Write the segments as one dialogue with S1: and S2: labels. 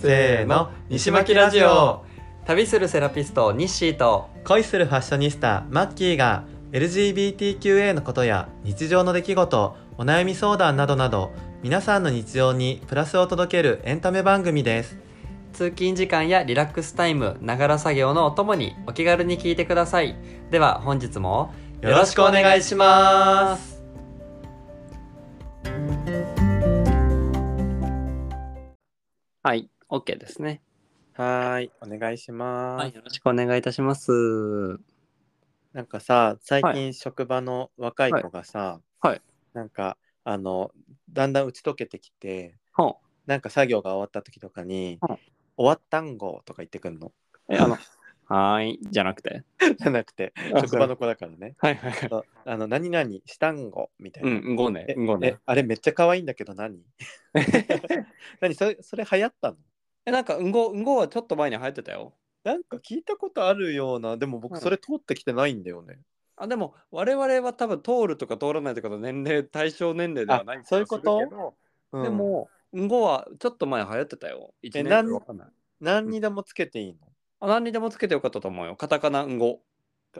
S1: せーの西巻ラジオ
S2: 旅するセラピストニッシーと
S1: 恋するファッショニスタマッキーが LGBTQA のことや日常の出来事お悩み相談などなど皆さんの日常にプラスを届けるエンタメ番組です
S2: 通勤時間やリラックスタイムながら作業のお供にお気軽に聞いてくださいでは本日も
S1: よろしくお願いします
S2: はい OK ですね
S1: はーいお願いします、
S2: はいよろしくお願いいたします
S1: なんかさ最近職場の若い子がさ、
S2: はいはい
S1: なんかあのだんだん打ち解けてきて
S2: ほ
S1: なんか作業が終わった時とかに
S2: うん
S1: 「終わったんご」とか言ってくんの
S2: うえあのはーいじゃなくて
S1: じゃなくて
S2: あ
S1: 職場の子だからね
S2: はいはいはい
S1: ああの何々したんごみたいな、
S2: うんごね
S1: え
S2: ごね
S1: えあれめっちゃ可愛いんだけど何 何それそれ流行ったの
S2: えなんかうんごうんごはちょっと前に流行ってたよ
S1: なんか聞いたことあるようなでも
S2: は
S1: 僕
S2: い
S1: それ通ってきてないんだよね、
S2: あでも我々は多分通るとか通らないとかの年齢対象年齢ではない
S1: あそういうこと
S2: 気がするけど
S1: うん
S2: でもうんごはちょっと前流行ってたよ1年
S1: なん
S2: くらいわかんない
S1: 何にでもつけていいの
S2: あ何にでもつけてよかったと思うよカタカナうんご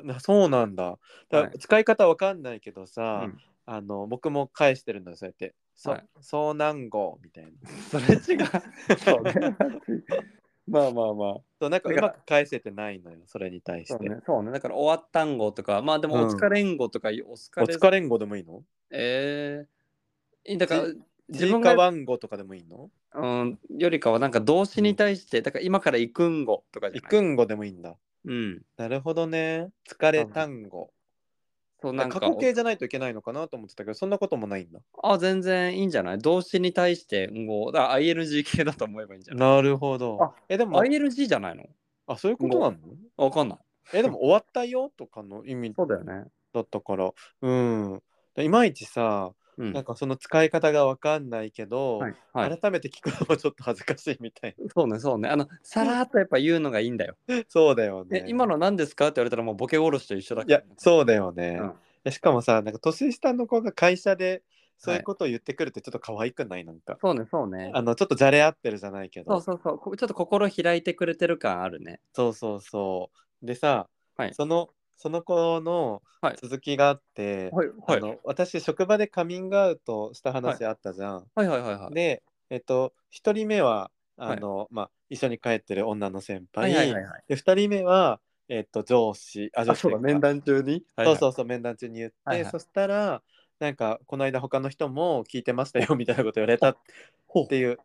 S1: なそうなんだだ
S2: はい
S1: 使い方わかんないけどさ、
S2: うん
S1: あの僕も返してるのよそうやって「そ
S2: はい
S1: そうなんご」みたいな
S2: それ違うそう ねまあまあまあ
S1: そうなんかうまく返せてないのよそれに対
S2: そ
S1: し
S2: う
S1: て、
S2: ねそうねだから終わったんごとかまあでも
S1: う
S2: お
S1: ん
S2: 疲れんごとかいうお
S1: お
S2: 疲れ
S1: 疲れんごでもいいの
S2: えー、だから
S1: 自
S2: 自
S1: 分
S2: 分
S1: が
S2: が、
S1: ワンゴとかでもいいの
S2: うん、よりかはなんか動詞に対してだから今から行くんごとかじゃ
S1: 行
S2: ない
S1: くんごでもいいんだ
S2: うん
S1: なるほどね疲れ単語
S2: そうなん
S1: 過
S2: か
S1: 去形じゃないといけないのかなと思ってたけどそんなこともないんだ
S2: あ、全然いいんじゃない動詞に対して、うんご、だから ING 系だと思えばいいんじゃない
S1: なるほど
S2: あ
S1: えでも
S2: ?ING じゃないの
S1: あそういうことなの
S2: わかんない。
S1: えでも終わったよとかの意味だ
S2: うだよね。
S1: ったからうんいまいちさ
S2: うん。
S1: なんかその使い方がわかんないけど、
S2: はい。はい、
S1: 改めて聞くのもちょっと恥ずかしいみたい
S2: そうね、そうね。あの、さらっとやっぱ言うのがいいんだよ。
S1: なそうだよね
S2: え、今の何ですかって言われたらもうボケ殺しと一緒だ
S1: い
S2: から
S1: や
S2: ね、
S1: そうだよね、
S2: うん
S1: いやしかもさなんか年下の子が会社でそういう
S2: はい
S1: ことを言ってくるってちょっと可愛くないなんか、
S2: そうね、そうね。
S1: あのちょっとじゃれ合ってるじゃないけど
S2: そうそうそう。こちょっと心開いてくれてる感あるね。
S1: そうそうそう。でさ、
S2: はい
S1: そのその子の
S2: はい
S1: 続きがあって、
S2: はい、
S1: あの私職場でカミングアウトした話あったじゃん。
S2: はいはいはいはい。
S1: で、えっと一人目はあの、まあ一緒に帰ってる女の先輩、
S2: はいはいはいはい。
S1: で二人目はえっと上司、あ上
S2: あ、
S1: 司
S2: そうだ、
S1: とい
S2: 面
S1: うか
S2: 談中に。。
S1: そうそううそう面談中に言って、
S2: はいはい
S1: そしたらなんかこの間他の人も聞いてましたよみたいなこと言われたっ
S2: ほう
S1: ていう。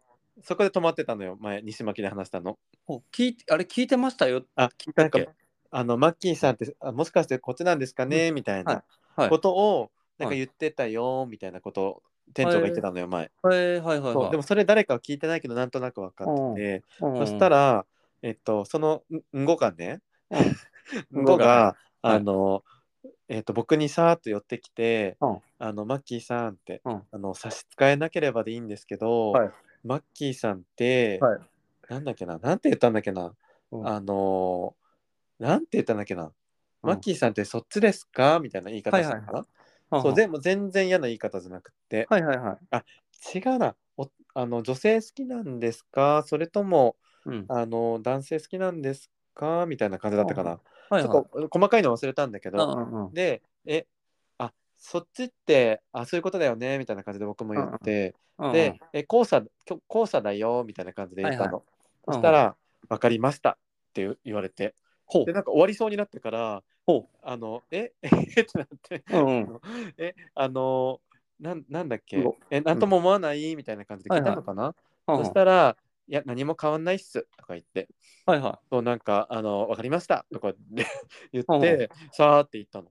S1: そこで止まってたのよ前西巻で話したの。
S2: ほう聞いてあれ聞いてましたよ。
S1: あ
S2: 聞いたっ
S1: なん
S2: け
S1: かあのマッキーさんってあもしかしてこっちなんですかね、みたいな
S2: はい。
S1: ことをなん
S2: は
S1: か
S2: い
S1: 言ってたよみたいなことを店長が言ってたのよ前、
S2: はいはいはい
S1: そう
S2: はい。
S1: でもそれ誰かは聞いてないけどなんとなく分かってて、
S2: うん、
S1: そした
S2: ら、
S1: らえっとそのんんごがね
S2: う ん
S1: んごが、
S2: はい
S1: あの、えっと僕にさーっと寄ってきて「
S2: うん
S1: あのマッキーさん」って、
S2: うん
S1: あの差し支えなければでいいんですけど、
S2: はい
S1: マッキーさんって、
S2: はい
S1: なんだっけななんて言ったんだっけな、
S2: うん
S1: あのーなんて言ったんだっけな、マッキーさんってそっちですかみたいな言い方したのかな、そうで
S2: 全
S1: も全然嫌な言い方じゃなくて、
S2: はいはいはい。
S1: 違うなおあの女性好きなんですかそれとも
S2: うん。
S1: あの男性好きなんですかみたいな感じだったかな、
S2: はい
S1: ちょっと細かいの忘れたんだけど、
S2: と。
S1: でえあそっちってあそういうことだよねみたいな感じで僕も言って、で、え交差きょ交差だよみたいな感じで言ったの、そしたら、分かりましたって言う言われて
S2: ほ
S1: でなんか終わりそうになってから
S2: ほう
S1: あのええってなって
S2: う。うんうん。
S1: えあのなんなんだっけ
S2: うお
S1: えなんとも思わないみたいな感じで聞いたのかな、そしたら「いや何も変わんないっす」とか言って
S2: はいは
S1: そうなんか「あの分かりました」とかで 言っ
S2: うんう
S1: てさーって言ったの。
S2: い。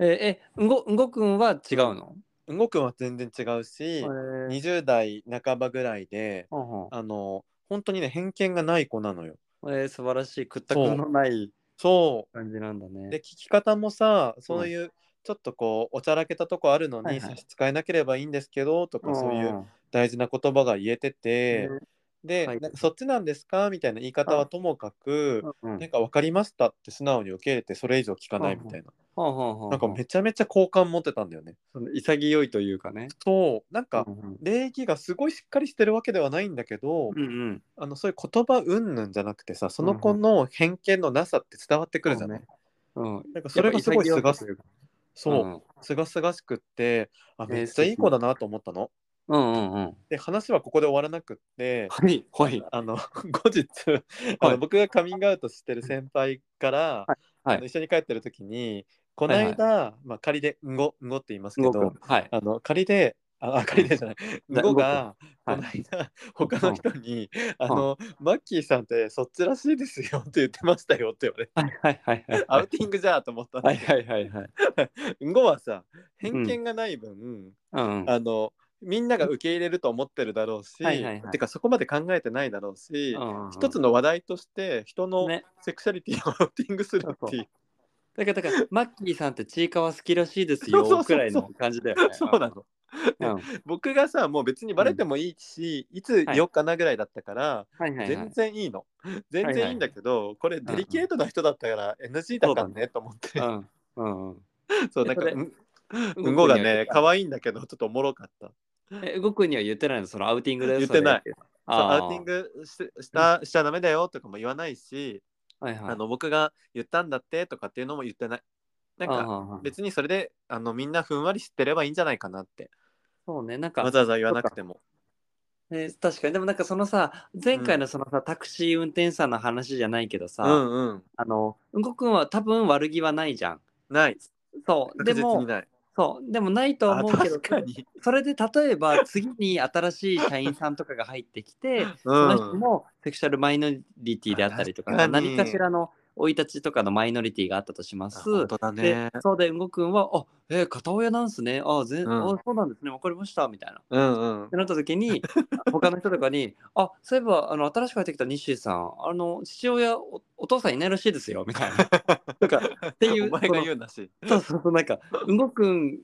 S2: え、え、んご、んごくんは違うの
S1: うんごくんは全然違うし、
S2: え
S1: 20代半ばぐらいであの本当にね偏見がない子なのよ。
S2: え、素晴らしい。屈託のない
S1: そ
S2: 感じなんだ
S1: う
S2: ね。
S1: で聞き方もさそういう、ちょっとこうおちゃらけたとこあるの
S2: はい
S1: に
S2: は
S1: 差
S2: い
S1: し支えなければいいんですけどとか、そういう
S2: う。
S1: 大事な言葉が言えてて、で、
S2: はい
S1: なんかそっちなんですかみたいな言い方はともかく、なんか分かりましたって素直に受け入れてそれ以上聞かないみたいな、
S2: はあはあはあ
S1: なんかめちゃめちゃ好感持ってたんだよね。
S2: その潔いというかね。
S1: そうなんか
S2: うんうん
S1: 礼儀がすごいしっかりしてるわけではないんだけど、
S2: うんうん。
S1: あのそういう言葉うんぬんじゃなくてさその子の偏見のなさって伝わってくるじゃない、
S2: うん。
S1: なんかそれがすごいすが
S2: すが。
S1: そう
S2: う。
S1: すがすがしくってあ
S2: えー
S1: めっちゃいい子だなと思ったの。
S2: うんうんうん。
S1: で話はここで終わらなくって
S2: はいはい
S1: あの 後日あ
S2: はい
S1: の僕がカミングアウトしてる先輩から、
S2: はい
S1: あの一緒に帰ってる時にこの間、まあ、仮で「んご」んごって言いますけ
S2: 動
S1: ど
S2: く。はい。
S1: あの仮でああ仮でじゃ ない「んご」がこ
S2: はい
S1: の間他の人に「あのマッキーさんってそっちらしいですよ」って言ってましたよって言われて
S2: はいはいはいはい。
S1: アウティングじゃあと思ったん
S2: は
S1: だ
S2: い
S1: け
S2: はいはいはい。
S1: どんごはさ偏見がない分、
S2: うんうん。
S1: あのみんなが受け入れると思ってるだろうし、
S2: はいはいはい
S1: てかそこまで考えてないだろうし、
S2: うんうんうん
S1: 一つの話題として人の
S2: ね。
S1: セクシャリティをアウティングするっていう
S2: だから、だから、マッキーさんってちいかわ好きらしいです
S1: そうそうそ
S2: よ、
S1: う
S2: くらいの感じだよね。
S1: そうなの
S2: うん。うん
S1: 僕がさもう別にバレてもいいし、いつ言おうかなぐらいだったから、
S2: はいはいは
S1: 全
S2: い。
S1: 然いいの 全然いいんだけど、これデリケートな人だったから NG だったんね、と思って
S2: うんうんうん。
S1: そうなんか
S2: それ
S1: うん
S2: う
S1: うんんご
S2: こには
S1: が
S2: 言って
S1: ね可愛いんだけどちょっとおもろかった
S2: え、動くには言ってないの、そのアウティングだよ。
S1: 言ってない
S2: それ。
S1: そう
S2: あ
S1: アウティングししたしちゃダメだよとかも言わないし、
S2: はいはい。
S1: あの僕が言ったんだってとかっていうのも言ってないなん
S2: あ
S1: か
S2: あああ
S1: 別にそれであのみんなふんわり知ってればいいんじゃないかなって
S2: そうね、な
S1: わ
S2: んか、
S1: ざわざ言わなくても
S2: えー確かに、でもなんかそのさ、前回のそのさ、タクシー運転手さんの話じゃないけどさ、
S1: うんうん
S2: あの、うんこくんは多分悪気はないじゃん。
S1: ない
S2: そう、で
S1: 確実に
S2: も、
S1: ない
S2: そう、でもないとは
S1: あ
S2: 思うけど
S1: 確、かに
S2: それで例えば次に新しい社員さんとかが入ってき て、その人もセクシャルマイノリティであったりとか
S1: あ確かに
S2: 何かしらの生い立ちとかのマイノリティがあったとしま
S1: あ
S2: す。
S1: 本当だね
S2: でそうで、うんごくんは、あえー片親なんすね、あぜ、
S1: うん
S2: あそうなんですね、わかりました、みたいな。っ
S1: うんうん
S2: てなった 時に、他の人とかに、あそういえばあの新しく入ってきた西井さん、あの父親お、お父さんいないらしいですよ、みたい な。とかっていう
S1: お前が言うなし
S2: そうそうそう、なんか、うんごくん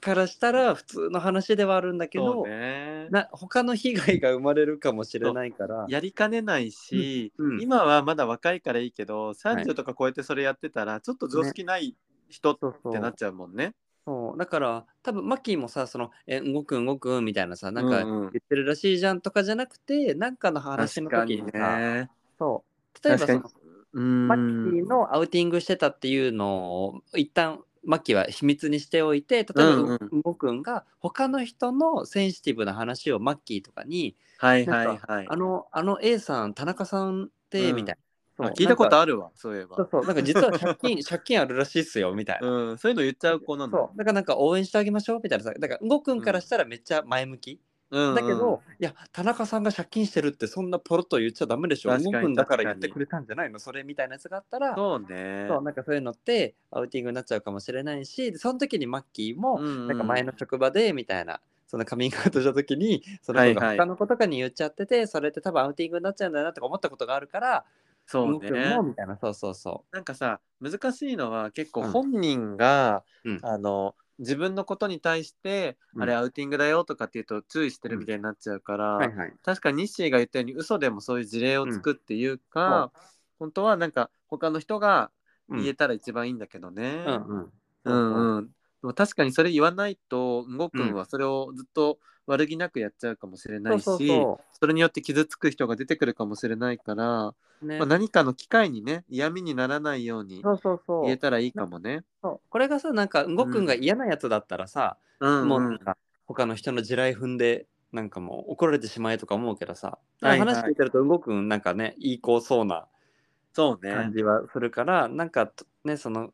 S2: からしたら普通の話ではあるんだけ
S1: そ
S2: ど、
S1: うね
S2: な他の被害が生まれるかもしれないから。
S1: やりかねないし、
S2: うん
S1: 今はまだ若いからいいけど
S2: はい
S1: 30とか超えてそれやってたらちょっと常識ない人っ
S2: そうそう
S1: てなっちゃうもんね。
S2: そうだから多分マッキーもさその「え動くん動くん」みたいなさなんか
S1: う
S2: 言
S1: んうん
S2: ってるらしいじゃんとかじゃなくて、なんかの話
S1: 確
S2: の
S1: か
S2: 時
S1: に
S2: にさ
S1: ね。
S2: そう例えば
S1: 確
S2: そ
S1: かに
S2: の。
S1: う
S2: マッキ
S1: ん
S2: ーのアウティングしてたっていうのを一旦マッキーは秘密にしておいて例えば、
S1: うんうん
S2: 動くんが他の人のセンシティブな話をマッキーとかに
S1: はいはいはい
S2: 「あ。のあの A さん田中さんって」
S1: うん
S2: みたい
S1: あ
S2: な、そう
S1: 聞いたこと
S2: なんか
S1: あるわそういえば
S2: そうそうなんか実は借 金借金あるらしいっすよみたいな。
S1: うん、そういうの言っちゃう子なの
S2: そうだからなんか応援してあげましょうみたいなさだから動くんからしたらめっちゃ前向き、
S1: うんうん
S2: だけど、いや田中さんが借金してるってそんなポロッと言っちゃダメでしょ
S1: 確
S2: 動
S1: かに
S2: くんだか
S1: 確か
S2: ら言っ
S1: に
S2: てくれたんじゃないのそれみたいなやつがあったら
S1: そうね
S2: そうなんかそういうのってアウティングになっちゃうかもしれないしでその時にマッキーも、
S1: うん
S2: なんか前
S1: の
S2: の職場でみたいなそのカミングアウトした時にその子が
S1: はいはい
S2: 他の子とかに言っちゃってて、それって多分アウティングになっちゃうんだなとか思ったことがあるから
S1: そう
S2: 動くん
S1: ね
S2: もみたいなそうそうそ
S1: なんかさ難しいのは結構
S2: うん
S1: 本人が、
S2: うん
S1: あの自分のことに対して、
S2: うん
S1: あれアウティングだよとかっていうと注意してるみたいになっちゃうから、
S2: うはいはい
S1: 確かにニッシーが言ったように嘘でもそういう事例を作っていうか、本当はなんか他の人が
S2: うん
S1: 言えたら一番いいんだけどね。
S2: うんうん
S1: うんうん、でも確かにそれ言わないとんごくんはそれをずっと悪気なくやっちゃうかもしれな
S2: そう
S1: いし、
S2: そう
S1: そ
S2: そ
S1: れによって傷つく人が出てくるかもしれないから、
S2: う、ね
S1: まあ、何かの機会にね嫌味にならないように
S2: そうそうそう
S1: 言えたらいいかもね。
S2: そうこれがさなんか動くんが嫌なやつだったらさ、
S1: うんうん
S2: もうなんか他の人の地雷踏んでなんかもう怒られてしまえとか思うけどさ、
S1: はいはい
S2: 話聞いてると動くんなんかねいい子そうな
S1: そうね
S2: 感。じはするから、なんかとねその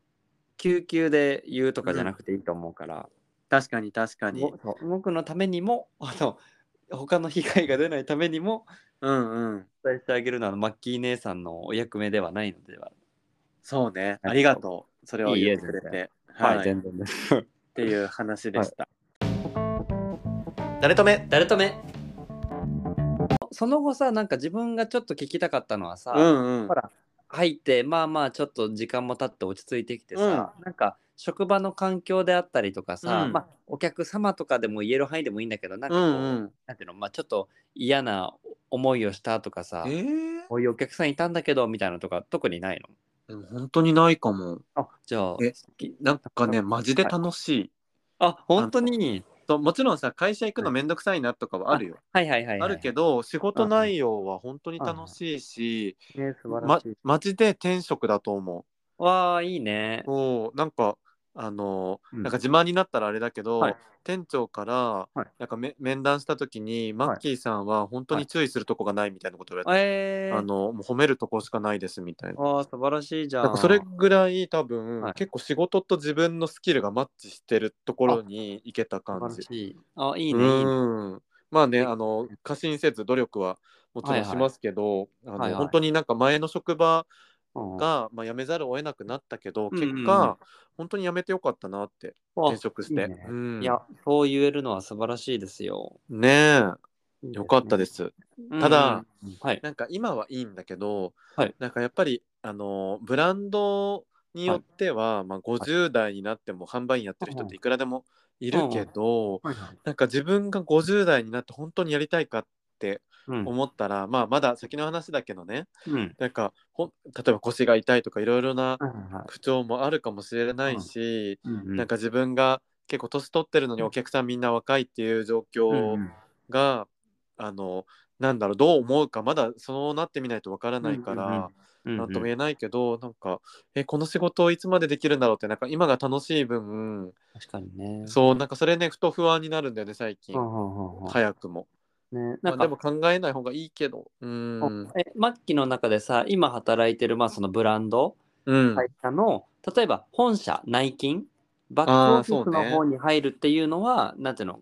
S2: 救急で言うとかじゃなくていいと思うから、
S1: 確かに確か
S2: う
S1: に。
S2: そう動くのためにもあの他の被害が出ないためにも
S1: うんうん。
S2: お伝えしてあげるのはマッキー姉さんのお役目ではないのでは、
S1: そうね。
S2: はい
S1: ありがとう。それを
S2: いい
S1: 言
S2: え
S1: ってくれて。
S2: は
S1: は
S2: い、
S1: い。っ
S2: 全然です。
S1: ていう話でした。
S2: 誰とめ誰とめその後さなんか自分がちょっと聞きたかったのはさ、
S1: うんうん
S2: ほ。ら入ってまあまあちょっと時間も経って落ち着いてきてさ、なんか職場の環境であったりとかさ、
S1: うん
S2: まあ、お客様とかでも言える範囲でもいいんだけどなんか
S1: う
S2: こう、
S1: んうん。
S2: なんていうの、まあ、ちょっと嫌な思いをしたとかさ
S1: えー
S2: こういうお客さんいたんだけどみたいなのとか特にない
S1: で
S2: の
S1: も本当にないかも。
S2: あ、じゃあ、
S1: えなんかね、マジで楽しい。
S2: あ、本当に。
S1: そうもちろんさ、会社行くのめんどくさいなとかはあるよ。
S2: はいはいはい、はい。
S1: あるけど、仕事内容は本当に楽しいし、
S2: ど。ね、素晴ら
S1: ま
S2: しい。、
S1: マジで転職だと思
S2: わあ、いいね
S1: う。。そうなんか、あのー
S2: うん
S1: なんか自慢になったらあれだけど、
S2: はい
S1: 店長から、
S2: はい
S1: なんかめ面談した時に、マッキーさんは本当に注意するとこがないみたいなことを言われて、
S2: えー、
S1: あのもう褒めるとこしかないですみたいな。
S2: あー素晴らしいじゃん。
S1: なんかそれぐらい多分、
S2: はい
S1: 結構仕事と自分のスキルがマッチしてるところに行けた
S2: 素
S1: 感
S2: 晴ら
S1: じ
S2: し。い。あ、いいうね。いいね
S1: んまあねあの過信せず努力はもちろんしますけど、あの
S2: はいはい
S1: 本当になんか前の職場
S2: うんあ
S1: が、まあ、辞めざるを得なくなったけど、
S2: うんうんうん
S1: 結果本当に辞めてよかったなって転職して。
S2: いいね
S1: うん
S2: いや、そう言えるのは素晴らしいですよ。
S1: ねえよかった
S2: で
S1: です。
S2: すね。
S1: ただ
S2: うん、はい。
S1: なんか今はいいんだけど、
S2: はい
S1: なんかやっぱりあのブランドによっては、まあ、50代になっても販売員やってる人っていくらでもいるけど、なんか自分が50代になって本当にやりたいかって
S2: うん
S1: 思ったら、まあまだ先の話だけどね
S2: うん
S1: なんかほん例えば腰が痛いとかいろいろな
S2: は
S1: 不調もあるかもしれないし、
S2: いはい。
S1: なんか自分が結構年取ってるのにお客さんみんな若いっていう状況、があのなんだろうどう思うかまだそうなってみないとわからないから、
S2: うんうんうん、
S1: なんとも
S2: うん
S1: 言えないけど、なんかえこの仕事をいつまでできるんだろうってなんか今が楽しい分、
S2: 確かにね。
S1: そうなんかそれねふと不安になるんだよね最近、
S2: はあはあはあ
S1: 早くも、
S2: ね、
S1: ま
S2: な
S1: あ、
S2: んか、
S1: でも考えない方がいいけどうん
S2: え、マッキーの中でさ、今働いてる、まあ、そのブランド、
S1: うん、
S2: 会社の、例えば本社、内勤、バ
S1: あー
S2: ックオフィス
S1: そうね
S2: の方に入るっていうのは、なんていうの、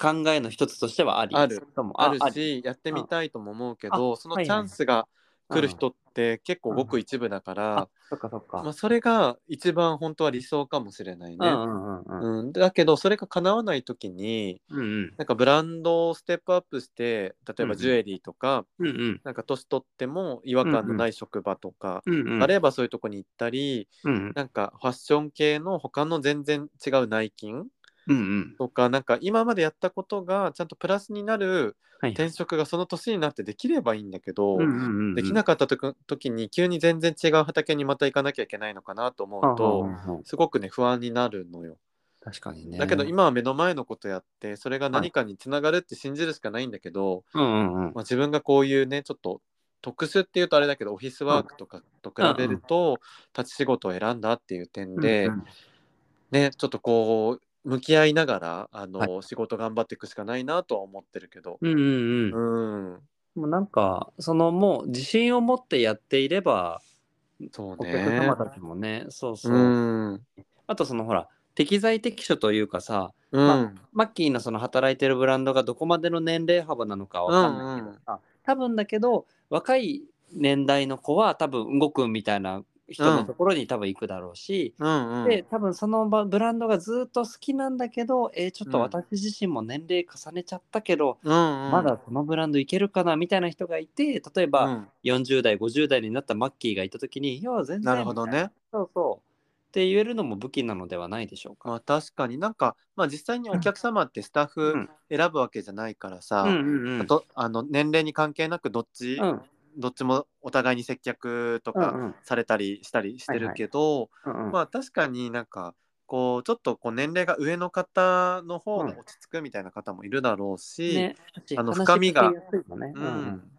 S2: 考えの一つとしてはあり。
S1: ある
S2: それとも
S1: ある、
S2: り
S1: しやってみたいとも思うけどその
S2: はい
S1: チャンスが来る人って結構ごく一部だから、
S2: あそっかそっか。
S1: まあ、それが一番本当は理想かもしれないね、
S2: うんうんうんうん。
S1: うん、だけどそれが叶わない時に
S2: うんうん
S1: なんかブランドをステップアップして例え
S2: うんう
S1: ば
S2: ん
S1: ジュエリーとか、
S2: うんうん
S1: なんか年取っても違和感のない職場とか、
S2: うんうん。
S1: あればそういうとこに行ったり
S2: うんうん
S1: なんかファッション系の他の全然違う内勤
S2: うんうん。
S1: とかなんか今までやったことがちゃんとプラスになる
S2: はい
S1: 転職がその年になってできればいいんだけど、
S2: うんうんうんうん
S1: できなかったとく時に急に全然違う畑にまた行かなきゃいけないのかなと思う
S2: う
S1: と
S2: んうんうん
S1: すごくね不安になるのよ。
S2: 確かにね。
S1: だけど今は目の前のことやってそれが何かにつながるって信じるしかないんだけど、
S2: うんうんうん
S1: まあ、自分がこういうねちょっと特殊っていうとあれだけどオフィスワークとかと比べると立ち仕事を選んだっていう点で、
S2: うんうん
S1: ねちょっとこう向き合いながらあの、
S2: は
S1: 仕事頑張っていくしかないなとは思ってるけど。
S2: うんうんうん
S1: うん
S2: もうなんかそのもう自信を持ってやっていれば
S1: そう
S2: お客
S1: ね。
S2: 様たちもねそうそう、
S1: うん。
S2: あとそのほら適材適所というかさ
S1: うん。
S2: まマッキーのその働いてるブランドがどこまでの年齢幅なのかわかんないけどさ、多分だけど若い年代の子は多分動くみたいな人のところに多分行くだろうし、
S1: うんうん
S2: で多分そのばブランドがずっと好きなんだけど、えーちょっと私自身も年齢重ねちゃったけど、
S1: うんうん
S2: まだこのブランドいけるかなみたいな人がいて例えば、
S1: うん
S2: 40代50代になったマッキーがいた時に「いや全然」
S1: なるほど
S2: みたい
S1: ね。
S2: なそうそうって言えるのも武器なのではないでしょうか。
S1: まあ確かになんか、まあ、実際にお客様ってスタッフ選ぶわけじゃないからさ、
S2: うんうんうん
S1: とあの年齢に関係なくどっち、
S2: うんうん
S1: どっちもお互いに接客と
S2: うん
S1: かされたりしたりしてるけど、
S2: うんうん
S1: まあ確かになんかこうちょっとこう年齢が上の方の方が
S2: うん
S1: 落ち着くみたいな方もいるだろうし、
S2: ね
S1: あの
S2: 話
S1: 深みが
S2: 聞きやすいもんね
S1: う
S2: うんん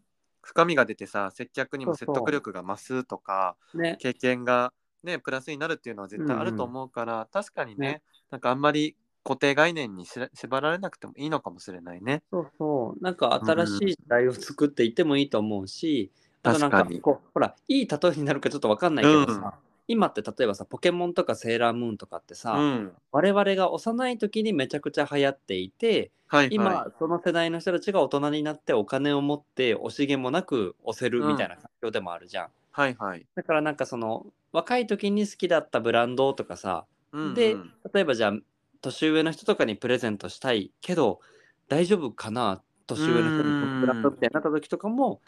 S1: 深みが出てさ接客にも
S2: そ
S1: 説
S2: うそう
S1: 得力が増すとか
S2: うんね
S1: 経験が、ね、プラスになるっていうのは絶対あると思うから、確かにね
S2: ね
S1: なんかあんまり固定概念にし縛られなくてもいいのかもしれないね。
S2: そうそうなんか新しい時代を作っていってもいいと思うし、あとなん
S1: 確かに
S2: こうほらいい例えになるかちょっとわかんないけどさ、今って例えばさポケモンとかセーラームーンとかってさ、
S1: うん、
S2: 我々が幼い時にめちゃくちゃ流行っていて、
S1: はいはい、
S2: 今、その世代の人たちが大人になってお金を持って惜しげもなく押せるみたいな環境でもあるじゃん、
S1: はいはい。
S2: だからなんかその若い時に好きだったブランドとかさ、
S1: うんうん
S2: で例えばじゃあ年上の人とかにプレゼントしたいけど大丈夫かな年上の人
S1: うーん
S2: にブランドみたいになった時とかも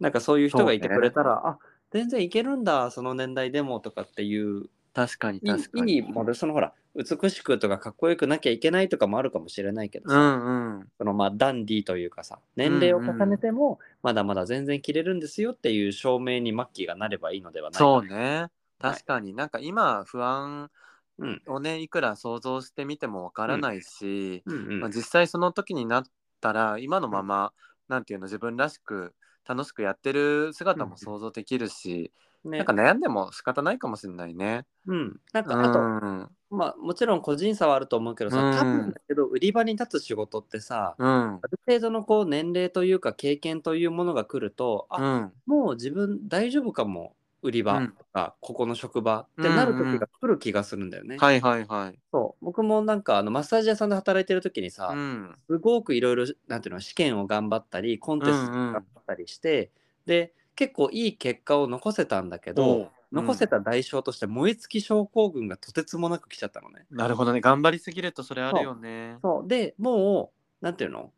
S2: なんかそういう人がいてくれたら、あ全然いけるんだその年代でもとかっていう
S1: 確かに確か
S2: 意
S1: に。
S2: にもそのほら美しくとかかっこよくなきゃいけないとかもあるかもしれないけど
S1: う
S2: さ、
S1: んうん。
S2: そのまあダンディーというかさ年齢を重ねてもまだまだ全然着れるんですよっていう証明にマッキーがなればいいのではないか
S1: そうね。確かになんか今不安
S2: うん
S1: をねいくら想像してみてもわからないし、
S2: うんうん
S1: まあ、実際その時になったら今のまま、なんていうの自分らしく楽しくやってる姿も想像できるし、
S2: ね
S1: なんか悩んでも仕方ないかもしれないね。
S2: うん、なん
S1: う
S2: かあと、
S1: ん
S2: まあ、もちろん個人差はあると思うけどさ、
S1: うん
S2: 多分だけど売り場に立つ仕事ってさ、
S1: うん
S2: ある程度のこう年齢というか経験というものが来ると、
S1: う
S2: あ
S1: ん
S2: もう自分大丈夫かも売り場とか、ここの職場ってなる時が来る気がするんだよね。
S1: はいはいはい。
S2: そう僕もなんかあのマッサージ屋さんで働いてる時にさ、
S1: うん
S2: すごくいろいろなんていうの試験を頑張ったりコンテストを頑張ったりして、で結構いい結果を残せたんだけど残せ
S1: た、
S2: た代償として燃え尽き症候群がとてつもなく来ちゃったのね。
S1: なるほどね頑張りすぎるとそれあるよね。
S2: そうでもうなんていうの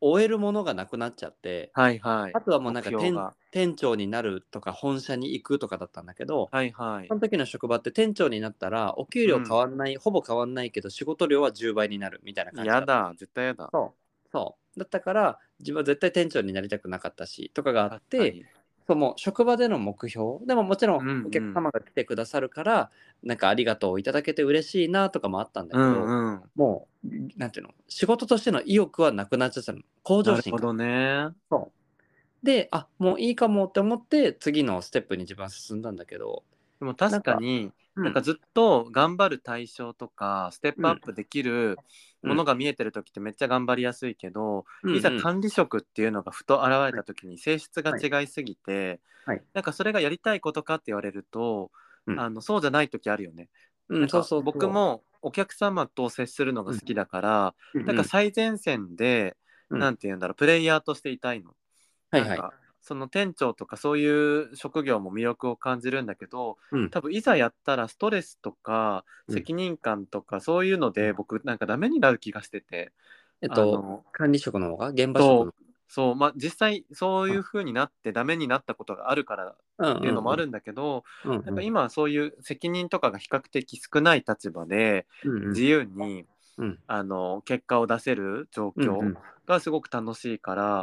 S2: 終えるものがなくなっちゃって
S1: はいはい
S2: あ。とはもうなんか
S1: 目標
S2: 店
S1: が
S2: 店長になるとか本社に行くとかだったんだけど、
S1: はいはい
S2: そ。の時の職場って店長になったらお給料変わんない、ほぼ変わんないけど仕事量は10倍になるみたいな感じ
S1: や
S2: った
S1: だ絶対やだ。
S2: そうそうだったから自分は絶対店長になりたくなかったしとかがあっ
S1: 確か
S2: て
S1: に、
S2: その職場での目標でももちろ
S1: うんうん
S2: んお客様が来てくださるから、なんかありがとうをいただけて嬉しいなとかもあったんだけ
S1: う
S2: ど、
S1: んうん。
S2: もうなんていうの仕事としての意欲はなくなっちゃったの向
S1: な
S2: 上
S1: る
S2: 心
S1: ほ
S2: が
S1: どね。
S2: そうであもういいかもって思って次のステップに自分は進んだんだけど
S1: でも確かに
S2: な
S1: なんかずっと頑張る対象とかステップアップできるものが見えてる時ってめっちゃ頑張りやすいけど、
S2: うん
S1: いざ
S2: うん
S1: 管理職っていうのがふと現れた時に性質が違いすぎて、
S2: はいはい
S1: なんかそれがやりたいことかって言われると、
S2: うん
S1: あのそうじゃない時あるよね。
S2: うん
S1: なんか
S2: そうそうそう
S1: 僕もお客様と接するのが好きだから、
S2: うんうん
S1: なんか最前線で、
S2: うん
S1: なんて言うんだろうプレイヤーとしていたいの。
S2: はいはい
S1: なんかその店長とかそういう職業も魅力を感じるんだけど、
S2: うん
S1: 多分いざやったらストレスとか
S2: うん
S1: 責任感とかそういうので僕なんかダメになる気がしてて、
S2: えっ
S1: あ
S2: と
S1: の
S2: 管理職の方が現場職の
S1: そうまあ実際そういう風になってダメになったことがあるから
S2: 方
S1: っていうのもあるんだけど、
S2: うんうん
S1: やっぱ今はそういう責任とかが比較的少ない立場で
S2: うんうん
S1: 自由に、
S2: うん
S1: あの結果を出せる状況、
S2: うんうん
S1: がすごく楽しいから、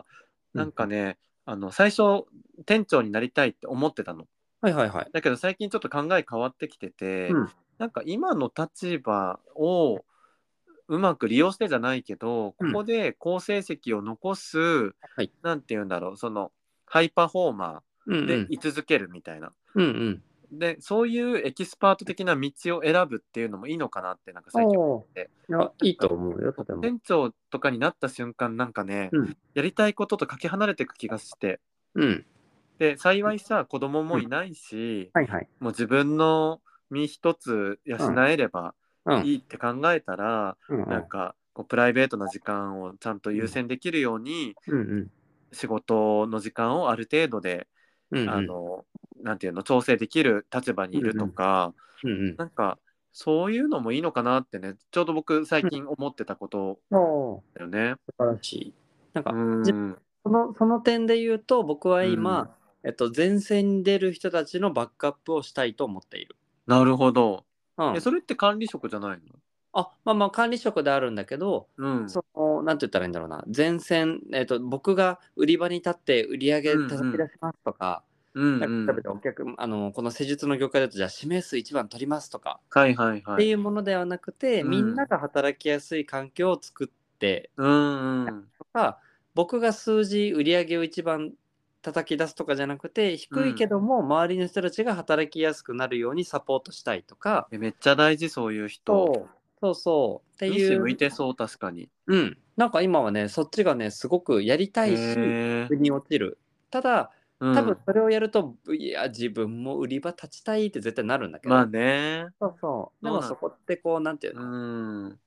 S2: うん
S1: なんかねあの最初店長になりたいって思ってたの
S2: はいはいはい
S1: だけど最近ちょっと考え変わってきてて、
S2: うん
S1: なんか今の立場をうまく利用してじゃないけどこ
S2: うん
S1: こで好成績を残す、
S2: はい
S1: なんて言うんだろうそのハイパフォーマ
S2: うんう
S1: ーで
S2: ん
S1: 居続けるみたいな、
S2: うんうん
S1: でそういうエキスパート的な道を選ぶっていうのもいいのかなってなんか最近
S2: お
S1: て
S2: ーいやいいと思うよとても
S1: 店長とかになった瞬間なんかね、
S2: うん
S1: やりたいこととかけ離れていく気がして
S2: うん
S1: で幸いさ子供もいないし、
S2: はいはい
S1: もう自分の身一つ養えれば
S2: うん
S1: いいって考えたら、
S2: うんう
S1: なん
S2: ん
S1: かこうプライベートな時間をちゃんと優先できるように、
S2: うん
S1: 仕事の時間をある程度で、
S2: うんうん
S1: あのなんていうの調整できる立場にいるとか、
S2: うんうん
S1: なんかそういうのもいいのかなってねちょうど僕最近思ってたこと
S2: おー
S1: だよね。
S2: 素晴らしいなんか
S1: うん
S2: そのその点で言うと僕は今、えっと、前線に出る人たちのバックアップをしたいと思っている。
S1: なるほど。
S2: うん
S1: えそれって管理職じゃないの
S2: あまあまあ管理職であるんだけど、
S1: うん。
S2: そのなんて言ったらいいんだろうな前線、えっと、僕が売り場に立って売り上げ
S1: うんうん
S2: 叩き出しますとか,、
S1: うんう
S2: なん
S1: ん
S2: か例えばお客あのこの施術の業界だとじゃあ指名数1番取りますとか、
S1: はいはいは
S2: って
S1: い。
S2: いうものではなくて、
S1: うん
S2: みんなが働きやすい環境を作って
S1: うんうん。
S2: とか僕が数字売り上げを一番叩き出すとかじゃなくて低いけども、周りの人たちが働きやすくなるようにサポートしたいとか
S1: えめっちゃ大事そういう人
S2: そ。うそうそうって
S1: いい
S2: い
S1: し
S2: う
S1: 向いてそう確かに。
S2: うん、なんか今はねそっちがねすごくやりたいし
S1: へー
S2: 腑に落ちるただ
S1: うん
S2: 多分それをやると、いや自分も売り場立ちたいって絶対なるんだけど、
S1: まあね。
S2: そうそう
S1: そ
S2: で
S1: う
S2: も
S1: なの
S2: そこってこうなんていう
S1: う
S2: の、
S1: ん。うん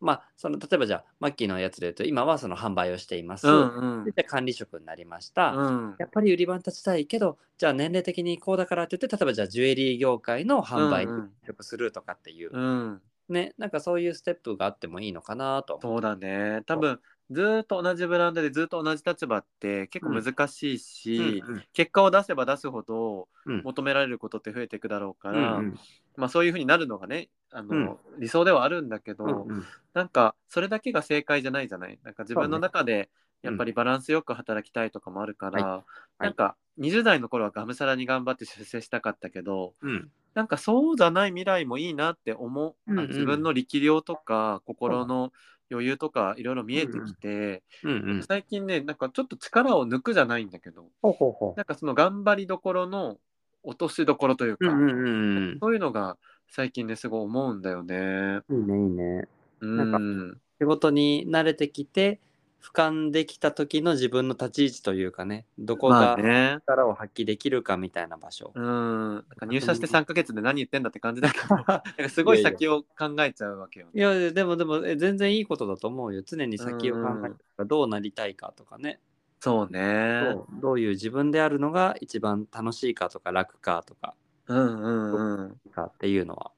S2: まあその例えばじゃあマッキーのやつで言うと今はその販売をしています、
S1: うん
S2: で。じゃあ管理職になりました、
S1: うん。
S2: やっぱり売り場に立ちたいけどじゃあ年齢的にこうだからって言って例えばじゃあジュエリー業界の販売
S1: うんう
S2: に
S1: ん
S2: 協力するとかっていう、
S1: うん。
S2: ねなんかそういうステップがあってもいいのかなとは思
S1: そ
S2: う
S1: うだね。多分ずーっと同じブランドでずっと同じ立場って結構難しいし、
S2: うん
S1: 結果を出せば出すほど
S2: うん
S1: 求められることって増えていくだろうか
S2: う
S1: ら、
S2: ん
S1: まあ、そういうふうになるのがねあの、理想ではあるんだけど、
S2: うん
S1: なんかそれだけが正解じゃないじゃないなんか自分の中でやっぱりバランスよく働きたいとかもあるから、
S2: い
S1: なんか20代の頃はがむしゃらに頑張って出世したかったけど
S2: うん
S1: なんかそうじゃない未来もいいなって思う、
S2: うんうん
S1: 自分の力量とか心の余裕とかいろいろ見えてきて、
S2: うんうん
S1: 最近ねなんかちょっと力を抜くじゃないんだけど
S2: ほうほうほ
S1: なんかその頑張りどころの落としどころという
S2: う
S1: か、
S2: うんうんうん
S1: そういうのが最近ねすごい思うんだよね。
S2: いいねいいね
S1: うん
S2: なんか仕事に慣れてきて俯瞰できた時の自分の立ち位置というかねどこ
S1: まあ
S2: が
S1: ね
S2: 力を発揮できるかみたいな場所、
S1: うん、なんか入社して3ヶ月で何言ってんだって感じだけ ど、なんかすごい先を考えちゃうわけよね。
S2: いやでもでもえ全然いいことだと思うよ常に先を考えてどうなりたいかとかね、
S1: そうね。
S2: どうどういう自分であるのが一番楽しいかとか楽かとか
S1: うんうんうん。
S2: かっていうのは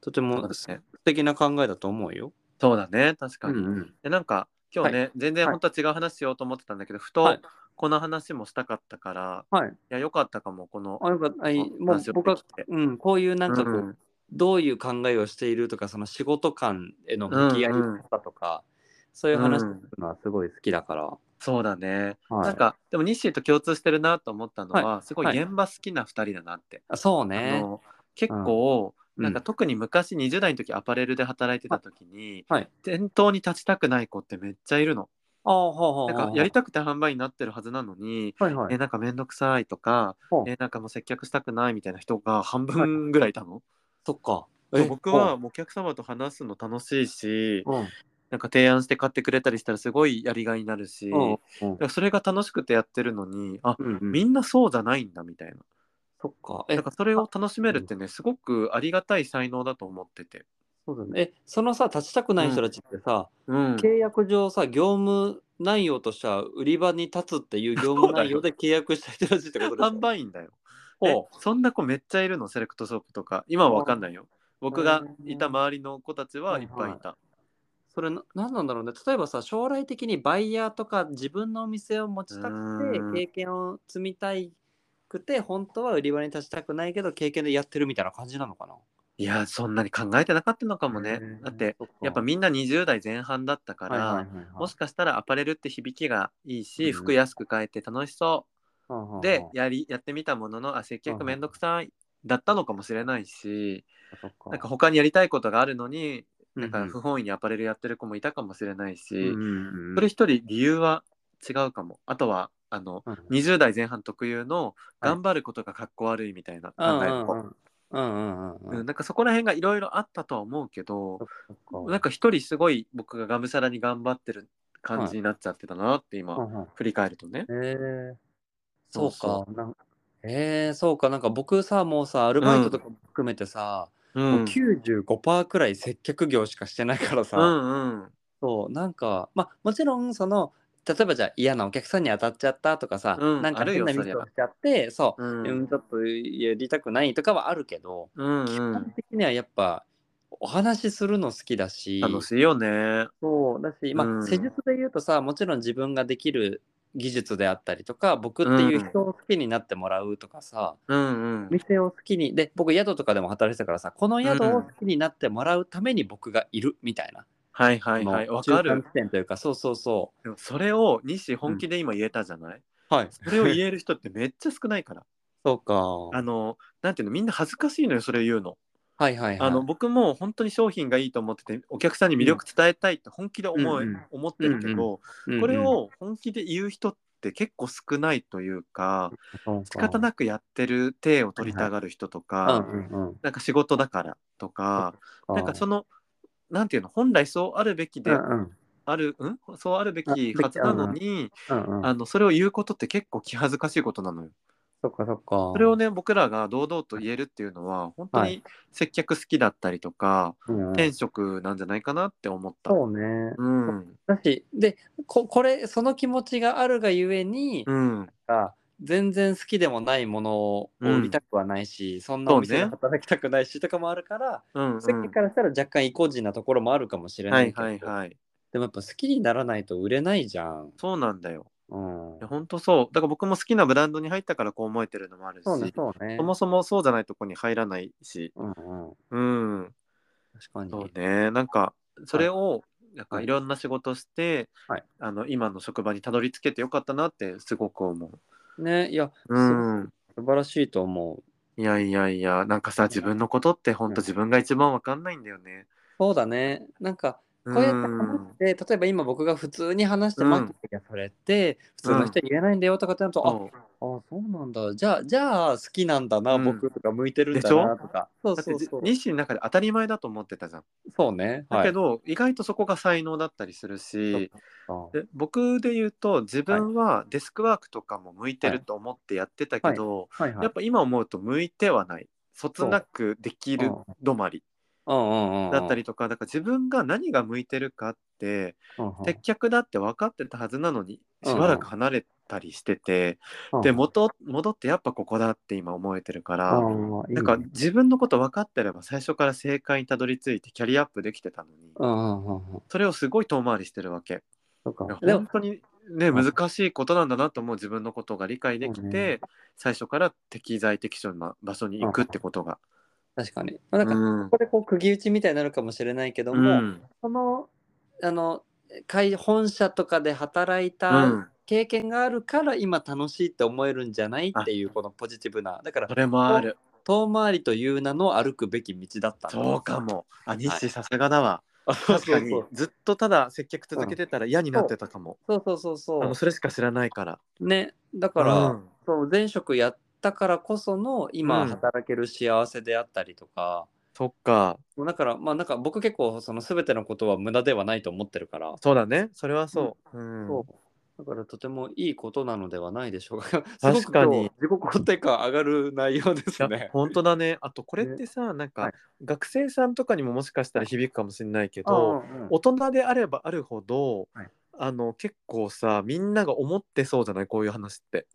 S2: とて
S1: そう
S2: も素
S1: だね。
S2: 敵な考えだと思うよ。
S1: そうだね確か
S2: う
S1: に。
S2: ん
S1: で、なんか今日ね、全然
S2: はい
S1: 本当は違う話しようと思ってたんだけど、ふ
S2: は
S1: と
S2: い
S1: この話もしたかったから、
S2: はい。
S1: いや、よかったかも、この
S2: あよかったあいもう
S1: 話を
S2: 僕
S1: で
S2: は
S1: き、て。
S2: うん、こういうなんかこう、
S1: うん
S2: どういう考えをしているとかその仕事感への向き合い方とか、そういう話するのはすごい好きだから。
S1: そうだね。
S2: はい
S1: なんか、でもニッシーと共通してるなと思ったのは、すご
S2: はいい
S1: 現場好きな2人だなって。
S2: あそう
S1: あ
S2: ね。
S1: の結構、
S2: うん
S1: なんか特に昔20代の時アパレルで働いてた時に、
S2: はい
S1: 店頭に立ちたくない子ってめっちゃいるの。
S2: ああはあは
S1: な
S2: あ
S1: ん
S2: はあ
S1: かやりたくて販売になってるはずなのに、
S2: はいはい
S1: えなんかめんどくさいとか、
S2: ほう
S1: えなんかもう接客したくないみたいな人が半分ぐらいいたの。
S2: そっか。
S1: そう
S2: え
S1: 僕は、もうお客様と話すの楽しいし、
S2: うんうん
S1: なんか提案して買ってくれたりしたらすごいやりがいになるし、
S2: うん
S1: だからそれが楽しくてやってるのに、あ、
S2: うんうん
S1: みんなそうじゃないんだみたいな。
S2: そっか。え
S1: だからそれを楽しめるってね、すごくありがたい才能だと思ってて。
S2: そうだね。えそのさ立ちたくない人たちってさ、
S1: うん、
S2: 契約上さ業務内容としては売り場に立つっていう業 務内容で契約した人たちってことでしょ
S1: 販売員だよ。え
S2: ほ
S1: そんな子めっちゃいるのセレクトショップとか今はわかんないよ僕がいた周りの子たちはいっぱいいた、
S2: うそれな何なんだろうね例えばさ将来的にバイヤーとか自分のお店を持ちた
S1: う
S2: く
S1: ーん
S2: て経験を積みたいくて本当は売り場に立ちたくないけど経験でやってるみたいな感じなのかない
S1: やそんなに考えてなかったのかもね
S2: うん
S1: だって
S2: そか
S1: やっぱみんな20代前半だったから、
S2: はいはいはいはい
S1: もしかしたらアパレルって響きがいいし、
S2: うん
S1: 服安く買えて楽しそ
S2: はあはあ
S1: う
S2: はあ
S1: でやりやってみたもののあ接客めんどくさいだったのかもしれないし
S2: そっか
S1: なんか他にやりたいことがあるのに
S2: うんう
S1: なん
S2: ん
S1: か不本意にアパレルやってる子もいたかもしれないし、
S2: うんうんうん
S1: それ一人理由は違うかもあとはあの
S2: うん
S1: 20代前半特有の
S2: はい
S1: 頑張ることがかっこ悪いみたいな考
S2: うんうん
S1: え
S2: う
S1: の子、
S2: んうんうんうん
S1: うんなんかそこら辺がいろいろあったとは思うけど
S2: そっか
S1: なんか一人すごい僕ががむしゃらに頑張ってる感じになっちゃってたなって今、
S2: うんうん
S1: 振り返るとね。
S2: へえ
S1: そう
S2: そ
S1: そう
S2: か。なんえー、そうか。なんか僕さ、もうさ、アルバイトとかも含めてさ、
S1: う、
S2: もうん95%くらい接客業しかしてないからさ、
S1: うんうん
S2: そう、なんか、まあもちろん、その、例えばじゃあ嫌なお客さんに当たっちゃったとかさ、
S1: うん
S2: なんか
S1: ある
S2: 変
S1: よ
S2: なミスをしちゃって、そう、
S1: うん
S2: うん、ちょっとやりたくないとかはあるけど、
S1: うん
S2: 基
S1: う
S2: 本
S1: ん
S2: 的にはやっぱ、お話しするの好きだし、
S1: 楽しいよね。
S2: そうだし、まあ
S1: うん
S2: 施術で言うとさもちろん自分ができる技術であったりとか僕っていう人を好きになってもらうとかさ、
S1: うんうん
S2: お店を好きにで僕宿とかでも働いてたからさこの宿を好きになってもらうために僕がいるみたいな、
S1: はいはいはい
S2: その
S1: わか
S2: 中間
S1: る
S2: 地点というかそうそうそ
S1: でもそれを西本気で今言えたじゃない、
S2: うはい
S1: それを言える人ってめっちゃ少ないから
S2: そうか
S1: あのなんていうのみんな恥ずかしいのよそれ言うの。
S2: はいはいはい
S1: あの僕も本当に商品がいいと思っててお客さんに魅力伝えたいって本気で思,、う
S2: うんうん
S1: 思ってるけど、
S2: うんうん
S1: これを本気で言う人って結構少ないというか、
S2: そうか
S1: 仕方なくやってる体を取りたがる人とか、
S2: うんうんうん
S1: なんか仕事だからとか、なんかそのなんていうの本来そうあるべき
S2: うん
S1: で
S2: うん
S1: ある、うんそうあるべ
S2: あ
S1: きはずなのに、
S2: うんうん
S1: あのそれを言うことって結構気恥ずかしいことなのよ。
S2: そっかそっか
S1: それをね僕らが堂々と言えるっていうのは本当
S2: は
S1: に接客好きだったりとか、
S2: うんうん
S1: 転職なんじゃないかなって思った。
S2: そうね
S1: うん。
S2: だしでここれその気持ちがあるがゆえに、
S1: うん。
S2: が全然好きでもないものを売りたくはないし、そんなお店で
S1: そうね
S2: 働きたくないしとかもあるから、
S1: うん、うん。
S2: さっきからしたら若干意固地なところもあるかもしれ
S1: は
S2: ないいけど、
S1: はいはい。
S2: でもやっぱ好きにならないと売れないじゃん。
S1: そうなんだよ。
S2: うん
S1: いや、本当そう。だから僕も好きなブランドに入ったからこう思えてるのもあるし、
S2: そうね、そうね
S1: そ。もそもそうじゃないとこに入らないし、
S2: うんうん、
S1: うん、
S2: 確かに。
S1: そうね。なんか、それを、なんか
S2: はい
S1: いろんな仕事して、
S2: はい
S1: あの今の職場にたどり着けてよかったなってすごく思う。
S2: ね、いや、
S1: うん、
S2: 素晴らしいと思う。
S1: いやいやいや、なんかさ、自分のことって本当自分が一番わかんないんだよね。
S2: そうだね。なんか、
S1: う
S2: こうやって話
S1: ん
S2: し、て、例えば今僕が普通に話して
S1: うん
S2: 満足がされて、普通の人に言えないんだよとかってなると、あ、
S1: そう
S2: あ、そうなんだ。じゃあ、じゃあ好きなんだな、
S1: うん
S2: 僕とか向いてるんだなとか。そう
S1: だっ
S2: そ
S1: て
S2: う
S1: じ
S2: そう。
S1: 日誌の中で当たり前だと思ってたじゃん。
S2: そうね。
S1: だけ
S2: ど、
S1: ど、意外とそこが才能だったりする
S2: そう
S1: し、
S2: あ
S1: で僕で言うと自分はデスクワークとかも向いてると思ってやってたけど、
S2: はいはい。
S1: やっぱ今思うと向いてはないそつなくできる止まり
S2: うんうんうん、
S1: だったりとかだから自分が何が向いてるかって
S2: うんうん、
S1: 接客だって分かってたはずなのにしばらく離れたりしてて
S2: うん
S1: で元戻ってやっぱここだって今思えてるか
S2: ああ
S1: ら。
S2: いいね
S1: なんか自分のこと分かってれば最初から正解にたどり着いてキャリアアップできてたのに
S2: うんうんうんうん。
S1: それをすごい遠回りしてるわけ。
S2: そうか
S1: いや。
S2: でも
S1: 本、当にね
S2: うん
S1: 難しいことなんだなと思う自分のことが理解でき
S2: そう
S1: て
S2: ね
S1: 最初から適材適所な場所に行くってことが。
S2: 確かに。まあ、なんか、こ
S1: うん
S2: こでこう、釘打ちみたいになるかもしれないけど
S1: う
S2: も、
S1: ん
S2: その、あの、会本社とかで働いうた
S1: ん
S2: 経験があるから今楽しいって思えるんじゃないっていうこのポジティブなだから
S1: それもある。
S2: 遠回りという名の歩くべき道だったんだ
S1: そうか も。あ、日誌さすがだわ。
S2: あそう
S1: 確
S2: そ
S1: か
S2: う
S1: に
S2: そう
S1: ずっとただ接客続けてたら嫌になってたかも。
S2: そうそうそう
S1: あ
S2: そ
S1: のそれしか知らないから。
S2: うねだから、
S1: うん
S2: そう前職やったからこその
S1: う
S2: 今
S1: ん
S2: 働ける幸せであったりとか、
S1: そっか。
S2: もうだからまあなんか僕結構その全てのことは無駄ではないと思ってるから、
S1: そうだね。それはそう。うん
S2: そうだからとてもいいことなのではないでしょうか
S1: 確かに
S2: すごく今日自己肯定感上がる内容で
S1: い
S2: す
S1: や
S2: ね
S1: 本当だね。あとこれってさ、なん
S2: は
S1: か
S2: い
S1: 学生さんとかにももしかしたら響くかもしれないけ
S2: う
S1: ど、
S2: んうん
S1: 大人であればあるほど、
S2: はい
S1: あの結構さみんなが思ってそうじゃないこういう話って。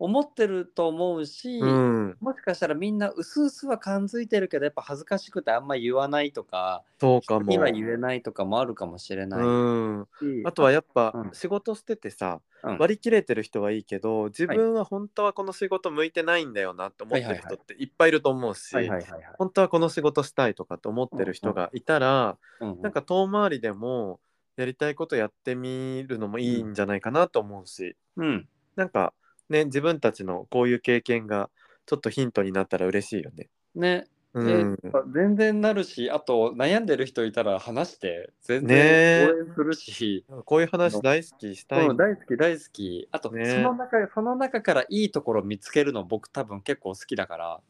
S2: 思ってると思うし、
S1: うん、
S2: もしかしたらみんなうすうすは感づいてるけどやっぱ恥ずかしくてあんま言わないとか
S1: そうかも。
S2: 今言えないとかもあるかもしれない
S1: う
S2: し、
S1: ん、あとはやっぱ
S2: うん
S1: 仕事しててさ、
S2: うん
S1: 割り切れてる人はいいけど自分は本当はこの仕事向いてないんだよなって思ってる人っていっぱいいると思うし、
S2: はいはいはいはい
S1: 本当はこの仕事したいとかって思ってる人がいたら、
S2: うんうん
S1: なんか遠回りでもやりたいことやってみるのもいいんじゃないかなと思うし。
S2: うん
S1: なんかね自分たちのこういう経験がちょっとヒントになったら嬉しいよね。
S2: ね、
S1: う
S2: で
S1: ん、
S2: 全然なるしあと悩んでる人いたら話して全
S1: ねえ
S2: 然応援するし、
S1: こういう話大好きしたい。
S2: うん大好き大好きあと、
S1: ねえ
S2: その中その中からいいところ見つけるの僕多分結構好きだから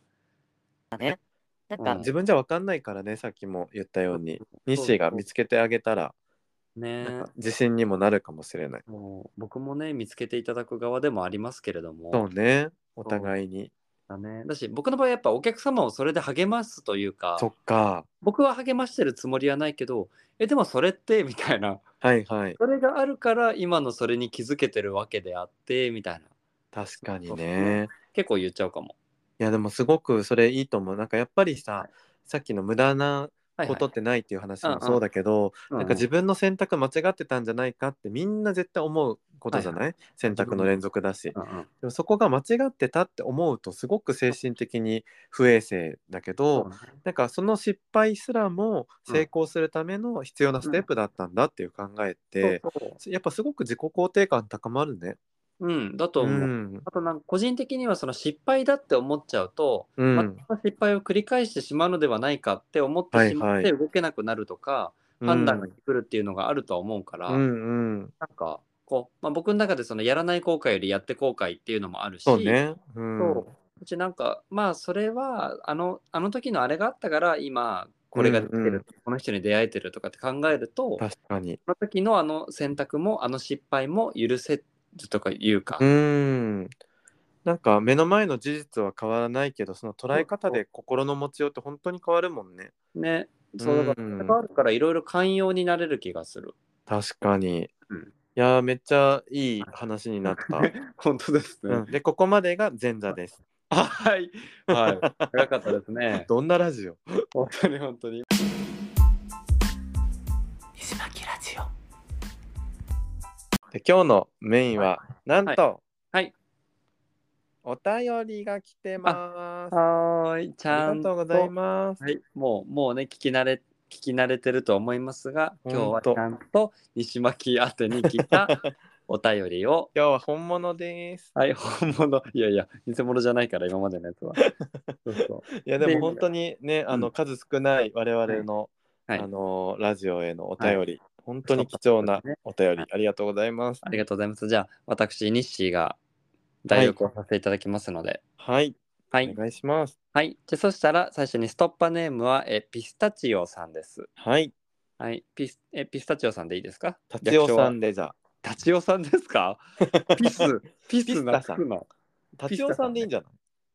S3: なん
S2: う
S3: か
S2: ん、
S1: 自分じゃ分かんないからねさっきも言ったように
S2: そう
S1: 西が見つけてあげたら
S2: ね
S1: なんか自信にもなるかもしれない。
S2: もう僕もね見つけていただく側でもありますけれども
S1: そうねお互いに。
S2: だね。だし僕の場合やっぱお客様をそれで励ますというか
S1: そっか
S2: 僕は励ましてるつもりはないけどえでもそれってみたいな
S1: はいはい
S2: それがあるから今のそれに気づけてるわけであってみたいな
S1: 確かに
S2: そうそう
S1: ね。
S2: 結構言っちゃうかも。
S1: いやでもすごくそれいいと思う。なんかやっぱりさ、
S2: はい
S1: さっきの無駄な
S2: はいは
S1: こ
S2: い
S1: とってないっていう話
S2: うんう
S1: も
S2: ん
S1: そうだけど、
S2: うんう
S1: なん
S2: ん
S1: か自分の選択間違ってたんじゃないかってみんな絶対思うことじゃない、選択の連続だし、
S2: うんうん
S1: でもそこが間違ってたって思うとすごく精神的に不衛生だけど、
S2: そうね
S1: なんかその失敗すらも成功するための必要なステップだったんだっていう考えって、
S2: そうそ
S1: やっぱすごく自己肯定感高まるね。
S2: ううんだと
S1: う
S2: 思う。
S1: ん
S2: あとなんか個人的にはその失敗だって思っちゃうと、
S1: う
S2: ま
S1: ん
S2: たその失敗を繰り返してしまうのではないかって思ってしまっ
S1: は
S2: て
S1: い
S2: 動けなくなるとか、判断が来るっていうのがあるとは思うから、
S1: うんうん、
S2: なんかこう、まあ、僕の中でそのやらない後悔よりやって後悔っていうのもあるし
S1: そうね。うん
S2: そううちなんかまあそれはあのあの時のあれがあったから今これができてる、
S1: うんうん
S2: この人に出会えてるとかって考えるとそ
S1: 確かに。
S2: の時のあの選択もあの失敗も許せるとかいうか、
S1: うん。なんか目の前の事実は変わらないけどその捉え方で心の持ちようって本当に変わるもんね。
S2: ねそうだから
S1: うん
S2: それがあるからいろいろ寛容になれる気がする。
S1: 確かに。
S2: うん
S1: いやーめっちゃいい話になった。
S2: 本当です ね。
S1: うん、でここまでが前座です。
S2: はい。はい。早かったで すね。
S1: どんなラジオ
S2: 本当に本当に。
S1: で今日のメインは、なんと、
S2: はい
S1: お便りが来てます。
S2: はーい、ち
S1: あ
S2: ゃ
S1: り
S2: ん
S1: がとうございます。
S2: はい、もう、もうね、聞き慣れ、聞き慣れてると思いますが、今日
S1: ほ
S2: は
S1: んと
S2: ちゃんと西巻宛てに来た お便りを、
S1: 今日は本物です。
S2: はい、本物、 いやいや、偽物じゃないから、今までのやつ は。そうそう
S1: いやで
S2: で
S1: も本当にね、あ
S2: う
S1: の
S2: ん
S1: 数少ない我々の、
S2: はい
S1: あのラジオへのお便り、本当に貴重なお便り、ありがとうございます。
S2: ありがとうございます。じゃあ、私、ニッシーが代読をさせていただきますので。
S1: はい、
S2: はい。
S1: お願いします。
S2: はい。じゃあそしたら最初にストッパーネームはえピスタチオさんです。
S1: はい、
S2: はい。ピスえピスタチオさんでいいですか
S1: 達夫さ。
S2: 略称は
S1: んでじゃあ、
S2: タチオさんです かピス、ピスなくの。
S1: 達夫さんでいいんじゃない？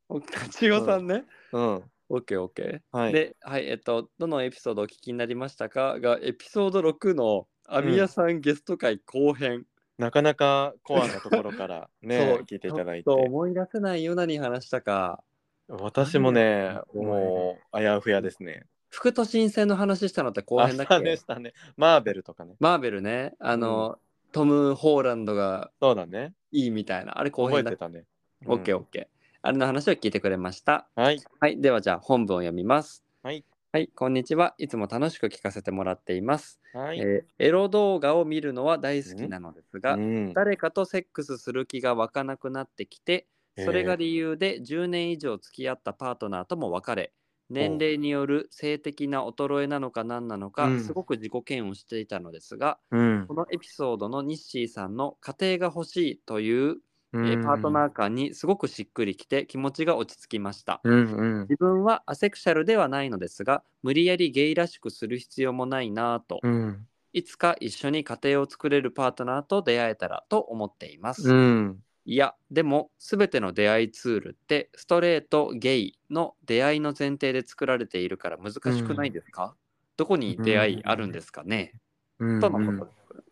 S2: おタチオさんね。
S1: うん、
S2: オッケーオッケ
S1: は
S2: ー。
S1: い。
S2: で、はい。えっと、どのエピソードをお聞きになりましたかが、エピソード6のアミヤさんゲスト会後編。、
S1: なかなかコアなところからね聞いていただい
S2: ちょっと
S1: て、
S2: 思い出せないようなに話したか。
S1: 私もね、
S2: うん
S1: もうあやふやですね。
S2: 副都心戦の話したのって後
S1: あ
S2: 編だっ
S1: したね、
S2: け
S1: したね。マーベルとかね。
S2: マーベルね。あの、トム・ホーランドが
S1: そうだね。
S2: いいみたいな。あれ後
S1: 覚え
S2: 編だ
S1: て。たね。
S2: オッケーオッケー。あれの話を聞いてくれました。
S1: うんはい、
S2: はい。ではじゃあ本文を読みます。
S1: はい。
S2: はい。こんにちは。いつも楽しく聞かせてもらっています。
S1: はい。
S2: えーエロ動画を見るのは大好きなのですが、
S1: うん
S2: 誰かとセックスする気が湧かなくなってきて、それが理由で10年以上付き合ったパートナーとも別れ、年齢による性的な衰えなのか何なのか、
S1: うん
S2: すごく自己嫌悪していたのですが、
S1: うん
S2: このエピソードのニッシーさんの家庭が欲しいという
S1: うん
S2: えーパートナー間にすごくしっくりきて気持ちが落ち着きました。
S1: うんうん
S2: 自分はアセクシャルではないのですが無理やりゲイらしくする必要もないなぁと、
S1: うん
S2: いつか一緒に家庭を作れるパートナーと出会えたらと思っています、
S1: うん
S2: いやでも全ての出会いツールってストレートゲイの出会いの前提で作られているから難しくないですか、どこに出会いあるんですかね、
S1: うん
S2: とのことです、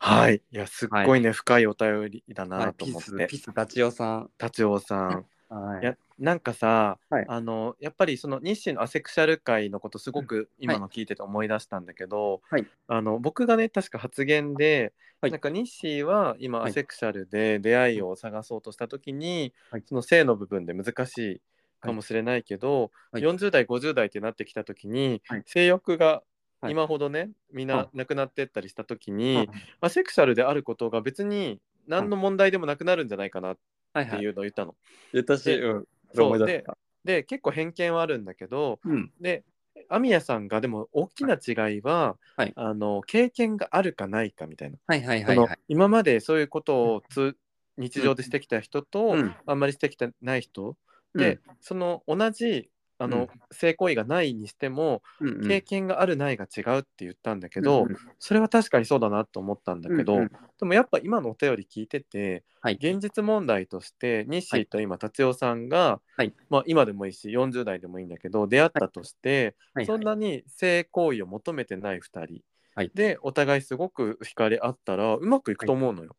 S1: はいいやすっごいね、深いお便りだ
S2: は
S1: ないと
S2: ピ
S1: 思っ
S2: ス
S1: て
S2: ピスダチオさん、
S1: 達夫さん
S2: はい
S1: やなんかさ、
S2: はい
S1: あのやっぱりその日清のアセクシャル界のことすごく今の聞いてて思い出したんだけど、
S2: はい
S1: あの僕がね確か発言で、
S2: はい
S1: なんか日清は今
S2: はい
S1: アセクシャルで出会いを探そうとした時に、
S2: はい
S1: その性の部分で難しいかもしれないけど、
S2: はい
S1: 40代50代ってなってきた時に、
S2: はい
S1: 性欲が
S2: はい
S1: 今ほどね、みん
S2: はい
S1: ななくなってったりした時に、
S2: うん
S1: アセクシャルであることが別に何の問題でもなくなるんじゃないかなっ
S2: はい
S1: て
S2: はい
S1: いうのを言ったの。
S2: 私、
S1: で
S2: うん、
S1: そう
S2: 思い出し
S1: で
S2: た
S1: で結構偏見はあるんだけど
S2: うん、
S1: でアミヤさんがでも大きな違いは、
S2: はい
S1: あの経験があるかないかみたいな、
S2: はいはいはい
S1: そ
S2: は
S1: の
S2: い。
S1: 今までそういうことをつ日常でしてきた人と、
S2: うん
S1: あんまりしてきてない人で、その同じあの、
S2: うん
S1: 性行為がないにしても
S2: うんうん
S1: 経験があるないが違うって言ったんだけど、
S2: うん
S1: それは確かにそうだなと思ったんだけど、
S2: うんうん
S1: でもやっぱ今のお便り聞いてて、
S2: はい
S1: 現実問題として西
S2: はい
S1: と今達夫さんが、
S2: はい
S1: まあ、今でもいいし40代でもいいんだけど出会ったとして、
S2: はいはい
S1: そんなに性行為を求めてない2人、
S2: はい
S1: でお互いすごく惹かれ合ったらうまくいくと思うのよ。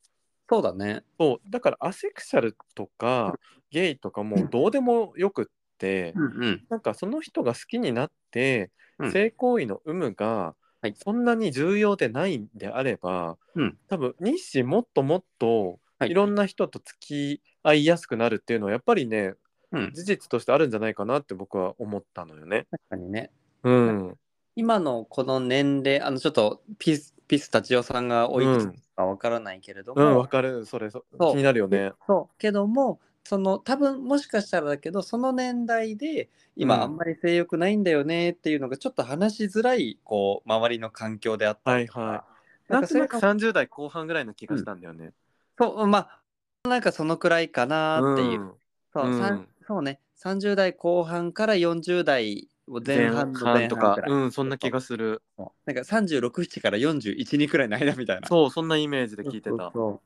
S2: そうだね。
S1: そうだからアセクシャルとかゲイとかもうどうでもよくって、
S2: うんうん。
S1: なんかその人が好きになって、
S2: うん
S1: 性行為の有無が
S2: はい
S1: そんなに重要でないんであれば、
S2: うん
S1: 多分日誌もっともっと
S2: はい
S1: いろんな人と付き合いやすくなるっていうのはやっぱりね
S2: うん、
S1: 事実としてあるんじゃないかなって僕は思ったのよね。
S2: 確かにね。
S1: うん、
S2: 今のこの年齢、あのちょっとピスピスタチオさんがおいくつかわからないけれど
S1: う
S2: も、
S1: ん、わかるそれそ
S2: そう
S1: 気になるよね。
S2: そうけども、その多分もしかしたらだけど、その年代で今、
S1: うん
S2: あんまり性欲ないんだよねっていうのがちょっと話しづらいこう周りの環境であったりとか、
S1: はいはな
S2: な
S1: んん
S2: か
S1: と
S2: それ
S1: なく
S2: が
S1: 30代後半ぐらいの気がしたんだよね。
S2: そうまあなんかそのくらいかなっていう。
S1: うん
S2: そう,、
S1: うん
S2: さんそうね30代後半から40代を前
S1: 前半
S2: 半の前半
S1: と
S2: くら
S1: か
S2: い、
S1: うん、そんな気がする。
S2: なんか367から412くらいの間みたいな
S1: そう、そんなイメージで聞いて
S2: そう
S1: た。
S2: そうっ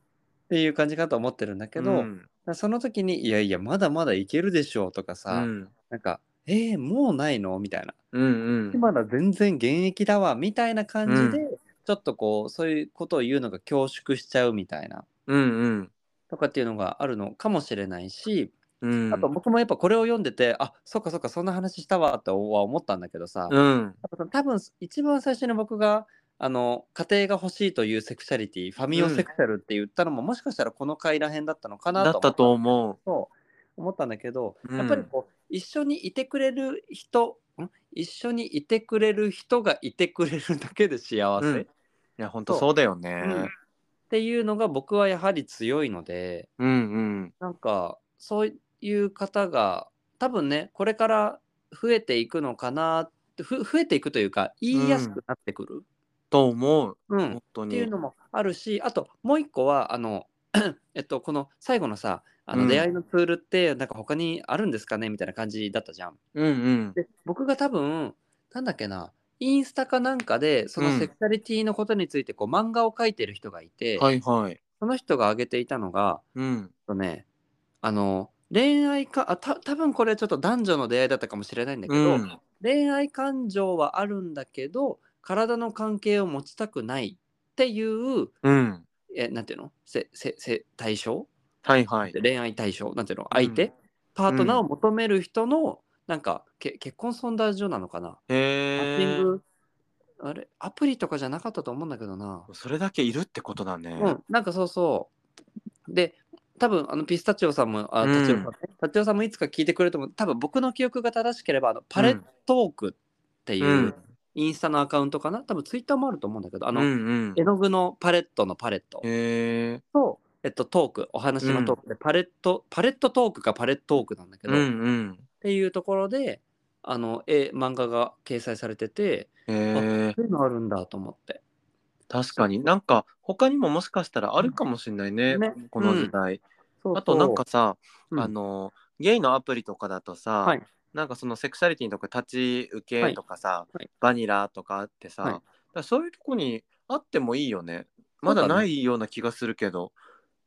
S2: ていう感じかと思ってるんだけど、
S1: うん
S2: その時に「いやいやまだまだいけるでしょ」とか
S1: う
S2: さ、
S1: ん
S2: なんか「えー、もうないの?」みたいな
S1: うん
S2: 「
S1: うん
S2: まだ全然現役だわ」みたいな感じで、ちょっとこうそういうことを言うのが恐縮しちゃうみたいな
S1: うんうん
S2: とかっていうのがあるのかもしれないし、
S1: うん
S2: あと僕もやっぱこれを読んでてあそっかそっかそんな話したわとは思ったんだけどさ、
S1: うん
S2: 多分一番最初に僕があの家庭が欲しいというセクシャリティファミオセクシャルって言ったのも、もしかしたらこの回らへんだったのかな
S1: だったと思う。
S2: そう思ったんだけど、やっぱりこう一緒にいてくれる人ん一緒にいてくれる人がいてくれるだけで幸せ、
S1: うん
S2: っ
S1: いや本当そうだよね、
S2: うんていうのが僕はやはり強いので
S1: うん、うん
S2: なんかそういう方が多分ねこれから増えていくのかなってふ増えていくというか言いやすくなってくる、
S1: と思う
S2: うん
S1: 本当
S2: っ
S1: に
S2: ていうのもあるしあともう一個はあの えっとこの最後のさあ
S1: う
S2: の
S1: ん
S2: 出会いのツールってなんか他にあるんですかねみたいな感じだったじゃん。
S1: うんうん
S2: で僕が多分なんだっけなインスタかなんかでそ
S1: う
S2: の
S1: ん
S2: セクシャリティのことについてこう漫画を描いてる人がいて、
S1: はいはい
S2: その人が挙げていたのが
S1: うん
S2: えっとねあの恋愛かあた多分これちょっと男女の出会いだったかもしれないんだけ
S1: う
S2: ど、
S1: ん
S2: 恋愛感情はあるんだけど体の関係を持ちたくないっていう
S1: うん
S2: えなんていうのせせせ対象
S1: はいはい
S2: 恋愛対象なんていうの相手、パートナーを求める人の、なんかけ結婚相談所なのかなマッ
S1: へ
S2: チン
S1: え
S2: グあれアプリとかじゃなかったと思うんだけどな、
S1: それだけいるってことだね、
S2: うん、なんかそうそうで多分あのピスタチオさんもあ
S1: うん
S2: タチオさんね、タチオさんもいつか聞いてくれると思う多分僕の記憶が正しければあのパレットークっていう、
S1: うん
S2: インスタのアカウントかな多分ツイッターもあると思うんだけどあ
S1: うん
S2: の、
S1: うん
S2: 絵の具のパレットのパレット
S1: へえ
S2: と、えっと、トークお話のトークで、パレットパレットトークかパレットトークなんだけ
S1: う
S2: ど、
S1: んう
S2: っ
S1: ん
S2: ていうところであの絵漫画が掲載されてて
S1: へえ
S2: そういうのあるんだと思って
S1: 確かになんか他にももしかしたらあるかもしれないね
S2: ね
S1: この時代、
S2: そうそう
S1: あとなんかさ、
S2: うん
S1: あのゲイのアプリとかだとさ、
S2: はい
S1: なんかそのセクシャリティとか立ち受けとかさ、
S2: はいはい
S1: バニラとかあってさ、
S2: はい
S1: だからそういうとこにあってもいいよねまだないような気がするけど、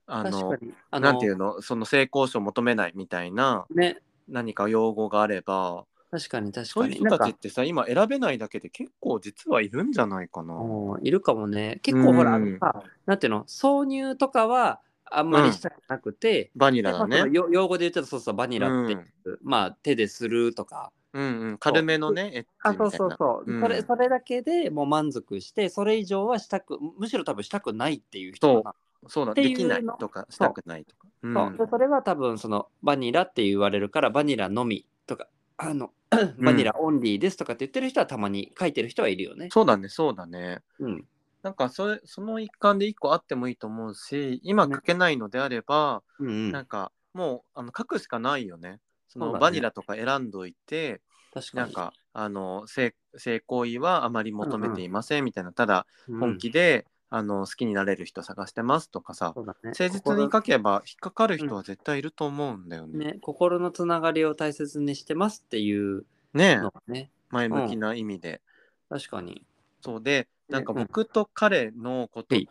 S1: あの
S2: 確かにあ
S1: なんていうのその性交渉求めないみたいな
S2: ね
S1: 何か用語があれば
S2: 確かに確
S1: そう
S2: か
S1: いう
S2: に
S1: 人
S2: なん
S1: た
S2: か
S1: ちってさ今選べないだけで結構実はいるんじゃないかな。
S2: うんいるかもね結構ほらあ
S1: うん
S2: のさなんていうの挿入とかはあんまりしたくなくて、
S1: バニラ
S2: でま
S1: だ
S2: あそ
S1: ね。
S2: のよ用語で言っちゃうとそうそうバニラっていう、まあ手でするとか
S1: うんうん、軽めのね、エッチ
S2: あ
S1: みたいな。
S2: そうそうそう、
S1: うん
S2: それそれだけでもう満足してそれ以上はしたくむしろ多分したくないっていう人か
S1: そうだ
S2: っていう
S1: できないとかしたくないとか。う
S2: な、そうでそれは多分そのバニラって言われるからバニラのみとかあのバニラオンリーですとかって言ってる人はたまに書いてる人はいるよね。
S1: そうだねそうだね。
S2: うん、
S1: なんかそれその一環で一個あってもいいと思うし今
S2: ね
S1: 書けないのであれば、
S2: うんうん
S1: なんかもうあの書くしかないよね。その
S2: そうだね
S1: バニラとか選んどいて、
S2: 確か
S1: な
S2: に
S1: んかあの性性行為はあまり求めていませんみたいな、ただ
S2: うん
S1: 本気で、あの好きになれる人探してますとかさ、
S2: そうだね
S1: 誠実に書けば引っかかる人は絶対いると思うんだよね。
S2: ね、心のつながりを大切にしてますっていう
S1: ね
S2: のがね、
S1: 前向きな意味で。
S2: 確かに。
S1: そうでなんか
S2: うん
S1: 僕と彼のこと
S2: はい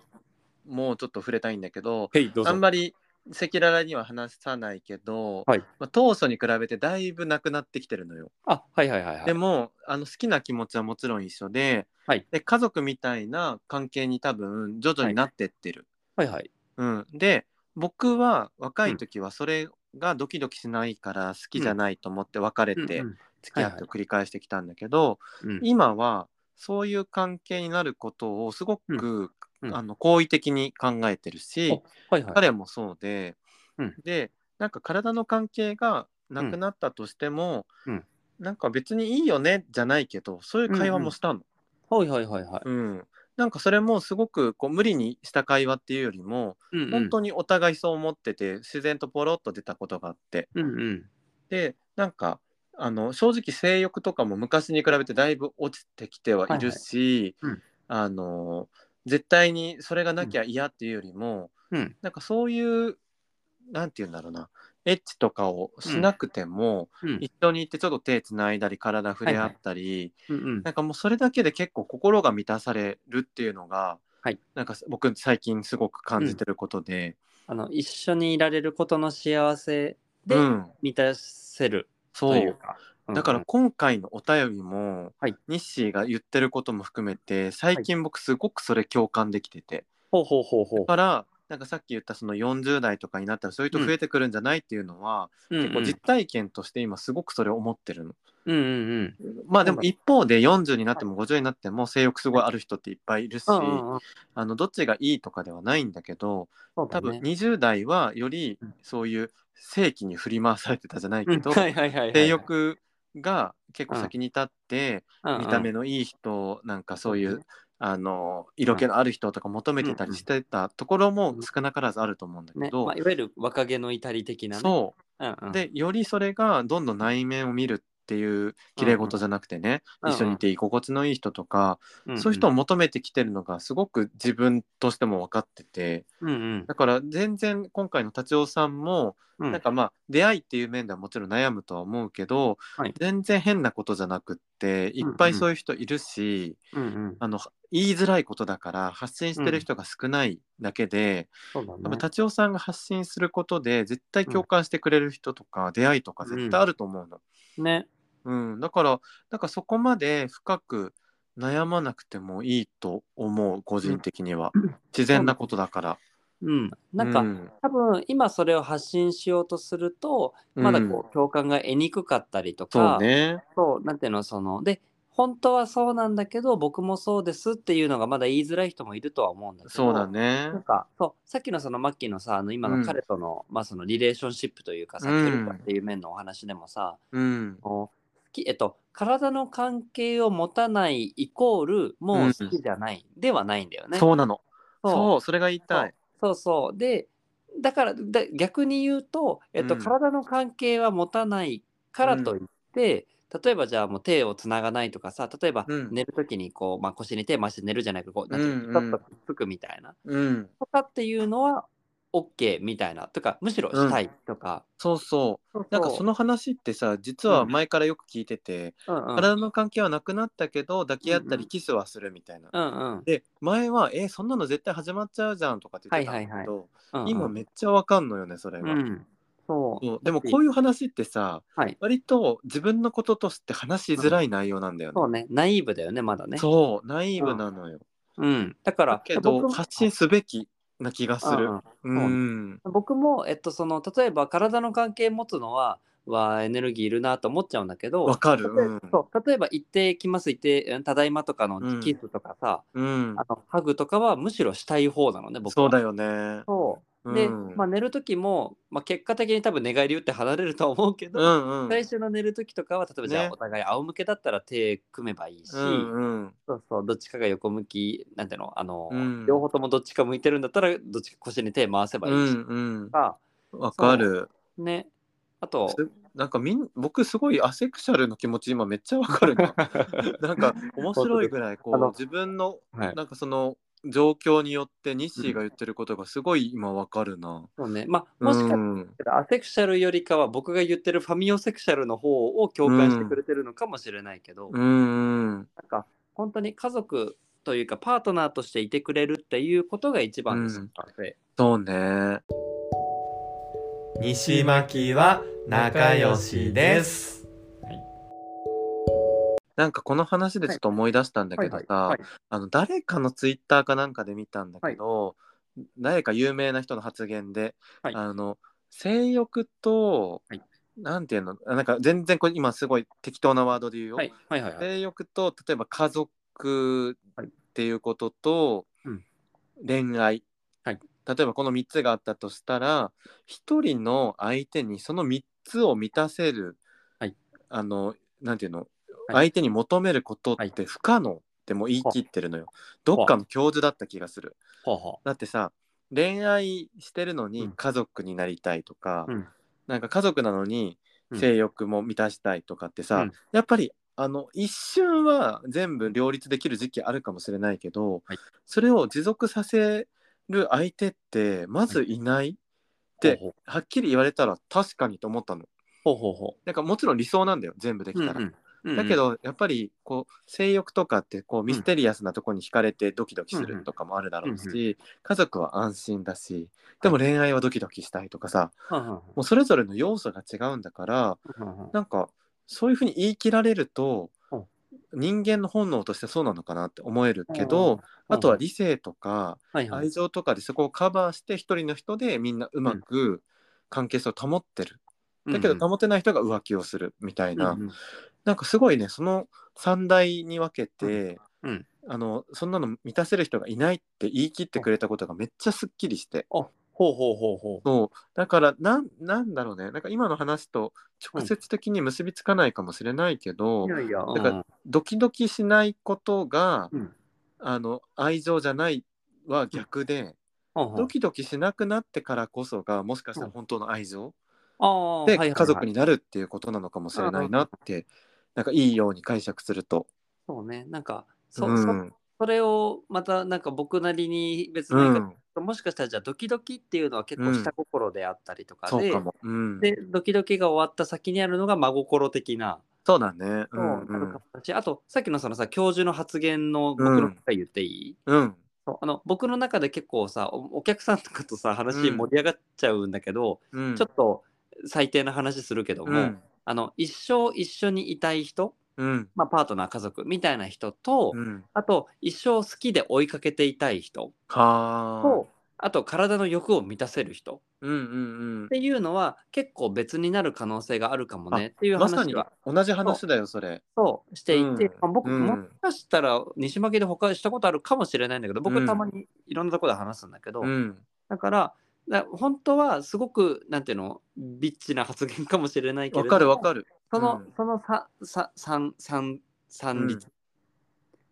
S1: もうちょっと触れたいんだけど、
S2: はい、ど
S1: あんまり赤裸々には話さないけど、
S2: はい
S1: まあ、当初に比べてだいぶなくなってきてるのよ。
S2: あ、はいはいはいはい。
S1: でもあの好きな気持ちはもちろん一緒で,、
S2: はい
S1: で家族みたいな関係に多分徐々になってってる。
S2: はいはい。
S1: うん、で僕は若い時はそれがドキドキしないから好きじゃないと思って別れて
S2: うん
S1: 付き合
S2: は
S1: っ
S2: い
S1: て
S2: は
S1: 繰り返してきたんだけど、
S2: うん
S1: 今はそういう関係になることをすごく、
S2: うん
S1: あの好意的に考えてるし、
S2: おはいはい。
S1: 彼もそうで、
S2: うん
S1: でなんか体の関係がなくなったとしても、
S2: うん
S1: なんか別にいいよねじゃないけどそういう会話もしたの。
S2: はいはいはいはい。
S1: うんなんかそれもすごくこう無理にした会話っていうよりも、
S2: うんうん
S1: 本当にお互いそう思ってて自然とポロッと出たことがあって
S2: うんうん。
S1: でなんかあの正直性欲とかも昔に比べてだいぶ落ちてきてはいるし、
S2: はいはいうん
S1: あの絶対にそれがなきゃ嫌っていうよりも、
S2: うん
S1: なんかそういうなんて言うんだろうなエッチとかをしなくても、
S2: うん
S1: 一緒に行ってちょっと手つないだり体触れ合ったり、
S2: うんうん
S1: なんかもうそれだけで結構心が満たされるっていうのが、
S2: はい
S1: なんか僕最近すごく感じてることで、
S2: あの一緒にいられることの幸せで
S1: うん
S2: 満たせる
S1: そ
S2: といううか。
S1: だから
S2: うん
S1: 今回のお便りも、
S2: はい
S1: 日誌が言ってることも含めて最近僕すごくそれ共感できてて、
S2: ほうほうほうほう
S1: だ。からなんかさっき言ったその40代とかになったらそういう人増えてくるんじゃないっていうのは、
S2: うん
S1: 結構実体験として今すごくそれを思ってるの。
S2: うんうんうん
S1: まあでも一方で40になっても50になっても性欲すごいある人っていっぱいいるし、
S2: うんうん
S1: あのどっちがいいとかではないんだけど
S2: そう
S1: 多
S2: だ
S1: 分
S2: ね
S1: 20代はよりそういう正規に振り回されてたじゃないけど、
S2: はいはいはいはい
S1: 性欲が結構先に立って、
S2: うんうん
S1: 見た目のいい人なんかそういう、
S2: そうだ
S1: あの色気のある人とか求めてたりしてたところも少なからずあると思うんだけ
S2: ね
S1: ど、
S2: まあ、いわゆる若気の至り的なね
S1: そう
S2: うんうん
S1: でよりそれがどんどん内面を見るっていう綺麗事じゃなくてね、
S2: うんうん
S1: 一緒にいて居心地のいい人とか、
S2: んん
S1: そういう人を求めてきてるのがすごく自分としても分かってて
S2: うんうん
S1: だから全然今回の達夫さんも、
S2: うん
S1: なんかまあ出会いっていう面ではもちろん悩むとは思うけど、
S2: はい
S1: 全然変なことじゃなくっていっぱいそういう人いるし、
S2: うんうん
S1: あの言いづらいことだから発信してる人が少ないだけで。
S2: そうだ
S1: 多
S2: ね
S1: 分達夫さんが発信することで絶対共感してくれる人とか、出会いとか絶対あると思うの、
S2: ね
S1: うんだからなんかそこまで深く悩まなくてもいいと思う個人的には、自然なことだから
S2: うんなんか、
S1: うん
S2: 多分今それを発信しようとするとまだこう共感が得にくかったりと
S1: そ
S2: か、
S1: うね
S2: そうなんていうのそので本当はそうなんだけど僕もそうですっていうのがまだ言いづらい人もいるとは思うんだけど
S1: そうだね
S2: なんかそうさっきのそのマッキーのさあの今
S1: うん
S2: の彼との,、まあそのリレーションシップというかさ
S1: うん
S2: 距離感っていう面のお話でもさ、
S1: うん
S2: こう好きえっと、体の関係を持たないイコールもう好きじゃない、ではないんだよね。
S1: そうなの
S2: そう
S1: そうそれが言いたい
S2: そうそうでだからだ逆に言うと、えっと
S1: うん
S2: 体の関係は持たないからといって、例えばじゃあもう手をつながないとかさ例えば
S1: うん
S2: 寝る時にこう、まあ、腰に手回して寝るじゃないかこうなんていうの
S1: うん
S2: ピ
S1: うん
S2: タッとくっつくみたいな、
S1: うん
S2: とかっていうのは OK みたいなとかむしろしたいとか、
S1: そうそうなんかその話ってさ実は前からよく聞いてて、
S2: うんうん
S1: 体の関係はなくなったけど抱き合ったりキスはするみたいな、
S2: うんうん
S1: で前は「えそんなの絶対始まっちゃうじゃん」とかって言ってたんだ
S2: は
S1: け
S2: いはい
S1: ど
S2: うんうん
S1: 今めっちゃわかんのよねそれ
S2: う
S1: が、
S2: んそう
S1: そうでもこういう話ってさ、
S2: はい
S1: 割と自分のこととして話しづらい内容なんだよね、
S2: そうねナイーブだよねまだね
S1: そうナイーブなのよ、
S2: うん、だから
S1: だけ
S2: 僕
S1: ど
S2: も
S1: 発信すべきな気がす
S2: う
S1: る
S2: んうん
S1: うん、
S2: 僕も、えっと、その例えば体の関係持つのははエネルギーいるなと思っちゃうんだけど
S1: わかる
S2: 例え
S1: うん
S2: そう例えば行ってきます行ってうんただいまとかの
S1: うん
S2: キスとかさ、
S1: うん
S2: あのハグとかはむしろしたい方なのね僕は
S1: そうだよね
S2: そうで、
S1: うん
S2: まあ、寝る時も、まあ、結果的に多分寝返り打って離れるとは思うけ
S1: う
S2: ど、
S1: んうん
S2: 最初の寝る時とかは例えばじゃあ
S1: ね
S2: お互い仰向けだったら手組めばいいし、
S1: うんうん
S2: そうそうどっちかが横向きなんていうのあの、
S1: うん
S2: 両方ともどっちか向いてるんだったらどっちか腰に手回せば
S1: う
S2: いいし、と
S1: んうん
S2: か
S1: わかる
S2: ね。あと、
S1: すなんかみん僕すごいアセクシャルの気持ち今めっちゃわかるななん か面白いぐらいこ
S2: あの
S1: う自分の
S2: はい
S1: なんかその状況によってニッシーが言ってることがすごい今わかるな。
S2: そうね、まあ、もしかした
S1: うん
S2: らアセクシャルよりかは僕が言ってるファミオセクシャルの方を共感してくれてるのかもしれないけど、
S1: うんうん
S2: なんか本当に家族というかパートナーとしていてくれるっていうことが一番の幸せ。
S1: そうね。
S4: 西巻は仲良しです。
S1: なんかこの話でちょっと思い出したんだけどさ
S2: い
S1: あの誰かのツイッターかなんかで見たんだけど、誰か有名な人の発言で、
S2: はい
S1: あの性欲と、
S2: はい
S1: なんていうのなんか全然これ今すごい適当なワードで言うよ。
S2: はいはいはいはい。
S1: 性欲と例えば家族っていうことと、
S2: うん
S1: 恋愛、
S2: はい
S1: 例えばこの3つがあったとしたら一人の相手にその3つを満たせる、
S2: はい
S1: あのなんていうの、
S2: は
S1: 相手に求めること
S2: は
S1: っ
S2: い
S1: て不可能でも言い切ってるのよ、どっかの教授だった気がする
S2: ほうほ
S1: だってさ恋愛してるの
S2: う
S1: に
S2: ん
S1: 家族になりたいとか、
S2: うん
S1: なんか家族なのに
S2: うん
S1: 性欲も満たしたいとかってさ、
S2: うん
S1: やっぱりあの一瞬は全部両立できる時期あるかもしれないけど、
S2: はい
S1: それを持続させる相手ってまずいない、
S2: う。
S1: で
S2: ほう
S1: はっきり言われたら確かにと思ったの。
S2: ほうほうほ
S1: なんかもちろん理想なんだよ全部でき
S2: う。
S1: たら。
S2: うんうん
S1: だけ
S2: うん
S1: どやっぱりこう性欲とかってこうミステリアスなとこに惹かれてドキドキするとかもあるだろうし、
S2: うん
S1: 家族は安心だしでも恋愛はドキドキしたいとかさ、
S2: うんうん
S1: もうそれぞれの要素が違うんだから
S2: うんうん
S1: なんかそういうふうに言い切られると
S2: うん
S1: 人間の本能としてそうなのかなって思えるけど、あとは理性とか
S2: はいはい
S1: 愛情とかでそこをカバーして一人の人でみんなうまく関係性を保ってる、だけど保てない人が浮気をするみたいな、
S2: うん
S1: なんかすごいねその三大に分けて、
S2: うんうん
S1: あのそんなの満たせる人がいないって言い切ってくれたことがめっちゃすっきりして、
S2: ほうほうほうほう。
S1: そうだからなんなんだろうねなんか今の話と直接的に結びつかないかもしれないけど、
S2: いやいや、
S1: だからドキドキしないことが、
S2: うん
S1: あの愛情じゃないは逆で、ド
S2: ド
S1: キドキしなくなってからこそがもしかしたら本当の愛情、
S2: ああ、
S1: で、
S2: はいはいはい
S1: 家族になるっていうことなのかもしれないなってなんかいいように解釈すると。
S2: そうね、なんか、そ,、
S1: うん
S2: そそれをまたなんか僕なりに別の
S1: う
S2: 言い方
S1: ん、
S2: もしかしたらじゃあドキドキっていうのは結構下心であったりとか
S1: そ
S2: で、
S1: うかも、うん、
S2: でドキドキが終わった先にあるのが真心的な、
S1: そうだねう
S2: そうん
S1: う
S2: なる
S1: ん
S2: 形あとさっきのそのさ教授の発言の僕の方言っていい、
S1: うん
S2: そうあの僕の中で結構さおお客さんとかとさ話盛り上がっちゃうんだけど、
S1: うん
S2: ちょっと最低な話するけども、
S1: うん
S2: あの一生一緒にいたい人、
S1: うん
S2: まあ、パートナー家族みたいな人と、
S1: うん
S2: あと一生好きで追いかけていたい人
S1: はあ
S2: と、あと体の欲を満たせる人
S1: うんうん
S2: っていうのは結構別になる可能性があるかもねってい
S1: うん
S2: う
S1: まさに
S2: 話は
S1: 同じ話だよそれ
S2: そうしていて、
S1: うん
S2: まあ僕
S1: うん
S2: もしかしたら西巻で他したことあるかもしれないんだけど
S1: う
S2: 僕
S1: ん
S2: たまにいろんなところで話すんだけど、
S1: うん
S2: だからだ本当はすごくなんていうのビッチな発言かもしれないけれ
S1: わ
S2: ど
S1: かるわかる
S2: その、
S1: うん
S2: そのささ三三三律、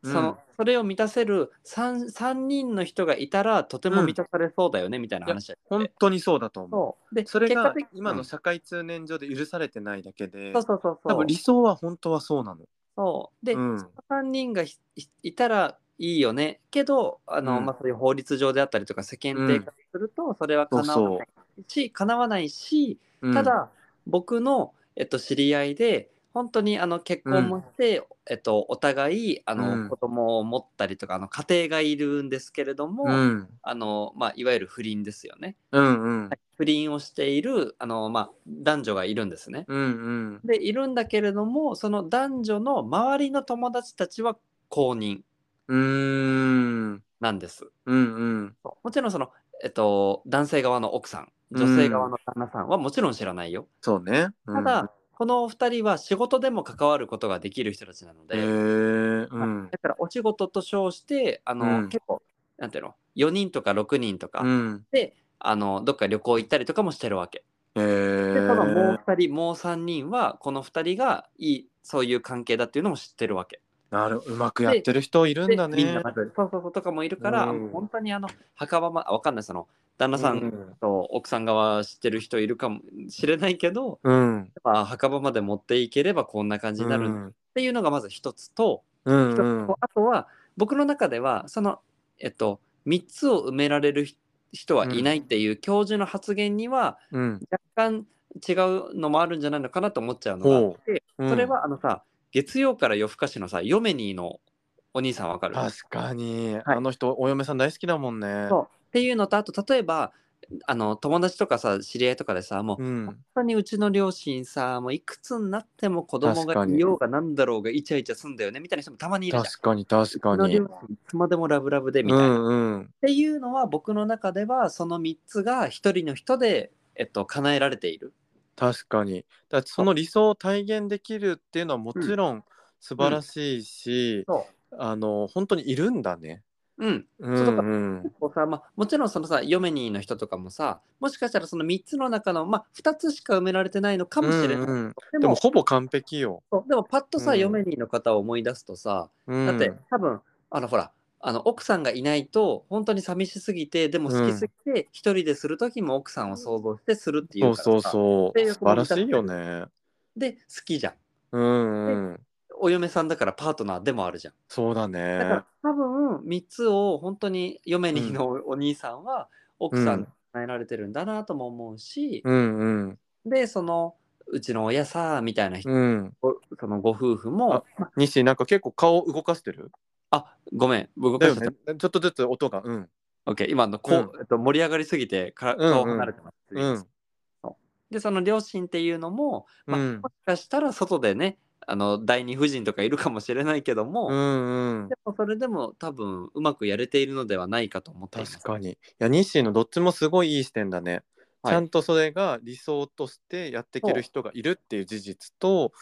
S1: うん
S2: そ
S1: うん
S2: のそれを満たせる三三人の人がいたらとても満たされそうだよね、みたいな話だよね
S1: 本当にそうだと思う
S2: そうで
S1: それが
S2: 結果的
S1: 今
S2: う
S1: の
S2: ん
S1: 社会通念上で許されてないだけで、
S2: そうそうそうそう
S1: 多分理想は本当はそうなの。
S2: そうで、
S1: うん
S2: その3人がひひいたらいいよねけどあの、
S1: うん
S2: まあ、そういう法律上であったりとか世間体化するとそれは叶わないし、叶わないし
S1: うん
S2: た、だ、僕の、えっと、知り合いで本当にあの結婚もして、えっと、お互いあの、
S1: うん
S2: 子供を持ったりとかあの家庭がいるんですけれども、
S1: うん、
S2: あのまあ、いわゆる不倫ですよね。
S1: うんうん
S2: 不倫をしているあの、まあ、男女がいるんですね。
S1: うん
S2: でいるんだけれどもその男女の周りの友達たちは公認
S1: うんうん
S2: なんです
S1: うんうん
S2: もちろんその、えっと、男性側の奥さん女性側の旦那さんはもちろん知らないよ、
S1: そうね。うん
S2: ただ、、このお二人は仕事でも関わることができる人たちなの
S1: へ
S2: で、
S1: えうん
S2: だからお仕事と称してあの、
S1: うん
S2: 結構なんていうの4人とか6人とか、
S1: うん
S2: であのどっか旅行行ったりとかもしてるわけ
S1: へ
S2: でそのもう
S1: え
S2: 2人もう3人はこの2人がいいそういう関係だっていうのも知ってるわけ
S1: なるうまくやってる人いるんだね。
S2: みんなそうそうそうとかもいるから、
S1: うん
S2: 本当にあの墓場まあわかんないその旦那さ
S1: うんん
S2: と奥さん側知ってる人いるかもしれないけど、
S1: うん
S2: まあ、墓場まで持っていければこんな感じになるっていうのがまず一つと、
S1: うん
S2: 一
S1: う
S2: つ
S1: ん
S2: とあとは僕の中ではそのえっと3つを埋められるひ人はいないっていう教授の発言には
S1: うん
S2: 若干違うのもあるんじゃないのかなと思っちゃうのがあって、
S1: うん
S2: それはあのさ月曜から夜更かしのさヨメニーのお兄さんわかる
S1: 確かに、あの人お嫁さん大好きだもんね。
S2: そうっていうのとあと例えばあの友達とかさ知り合いとかでさもう、
S1: うん
S2: 本当にうちの両親さもういくつになっても子供
S1: 確か
S2: が
S1: に
S2: いようがなんだろうがイチャイチャすんだよねみたいな人もたまにいるじ
S1: 確かに確
S2: ゃん。
S1: か
S2: うちの
S1: に。
S2: 両親いつまでもラブラブでみ
S1: う
S2: たいな、っ
S1: んうん
S2: ていうのは僕の中ではその3つが一人の人で、えっと、叶えられている。
S1: 確かにだからその理想を体現できるっていうのはもちろん素晴らしいし、
S2: そ
S1: あの本当にいるんだね。
S2: ううん、
S1: うん
S2: そうだ
S1: うん
S2: こうさまあ、もちろんそのさヨメニーの人とかもさもしかしたらその3つの中の、まあ、2つしか埋められてないのかもしれない、
S1: うんうん
S2: で
S1: でも
S2: も
S1: ほぼ完璧よ。
S2: そうでもパッとさ、
S1: うん
S2: ヨメニーの方を思い出すとさ、
S1: うん、
S2: だって多分あのほらあの奥さんがいないと本当に寂しすぎてでも好きすぎて一人でする時も奥さんを想像してするってい
S1: そうう
S2: からさ
S1: そうそう
S2: で
S1: 素晴らしいよね。
S2: で好きじゃん
S1: うんうん
S2: お嫁さんだからパートナーでもあるじゃん
S1: そうだ
S2: だから
S1: ね。
S2: 多分3つを本当にヨメニーのお兄さんは奥さんに叶えられてるんだなとも思うし、
S1: うんうん
S2: でそのうちの親さみたいな人、
S1: うん。
S2: そのご夫婦もあ
S1: 西なんか結構顔動かしてる。
S2: ごめん動か
S1: だ
S2: し
S1: よ
S2: ちゃった
S1: ね。ちょっとずつ音がうん
S2: OK 今あのこう、えっと、盛り上がりすぎてか顔離れてます、
S1: うん
S2: でその両親っていうのも、まあ
S1: うん
S2: もしかしたら外でねあの第二夫人とかいるかもしれないけども、
S1: うんうん
S2: でもそれでも多分うまくやれているのではないかと思っています
S1: 確かにいやニッシーのどっちもすごいいい視点だね、
S2: は
S1: ち
S2: い
S1: ゃんとそれが理想としてやっていける人がいるっていう事実と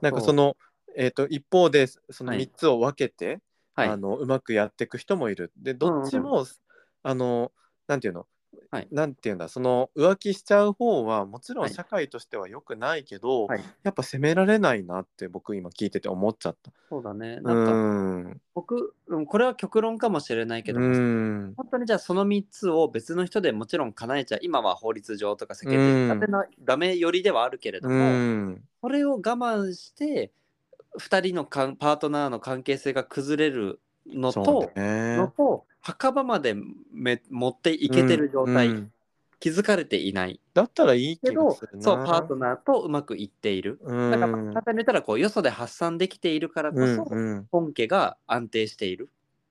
S1: なんかそ
S2: の、
S1: の、えー、と一方でその
S2: はい
S1: 3つを分けて、
S2: はい
S1: あのうまくやっていく人もいるでどっちも、あのなんていうの、
S2: はい
S1: なんていうんだその浮気しちゃう方はもちろ
S2: は
S1: ん
S2: い
S1: 社会としては良くないけど、
S2: はい
S1: やっぱ責められないなって僕今聞いてて思っちゃった。
S2: そうだね
S1: う
S2: なんか
S1: ん
S2: 僕うんこれは極論かもしれないけど
S1: う
S2: も、
S1: ん
S2: 本当にじゃあその3つを別の人でもちろん叶えちゃう今は法律上とか世間
S1: うん
S2: 的ダメなダメ寄りではあるけれど
S1: う
S2: も、
S1: ん
S2: それを我慢して2人のかんパートナーの関係性が崩れるの
S1: そう
S2: と、
S1: だね
S2: のと墓場までめ持っていけてる状態、
S1: うん
S2: 気づかれていない
S1: だったらいい
S2: け
S1: け
S2: ど
S1: ど
S2: そうパートナーとうまくいっている。
S1: うん
S2: だから簡単に言ったらこうよそで発散できているからこ
S1: うん
S2: そ
S1: うん、
S2: 本家が安定している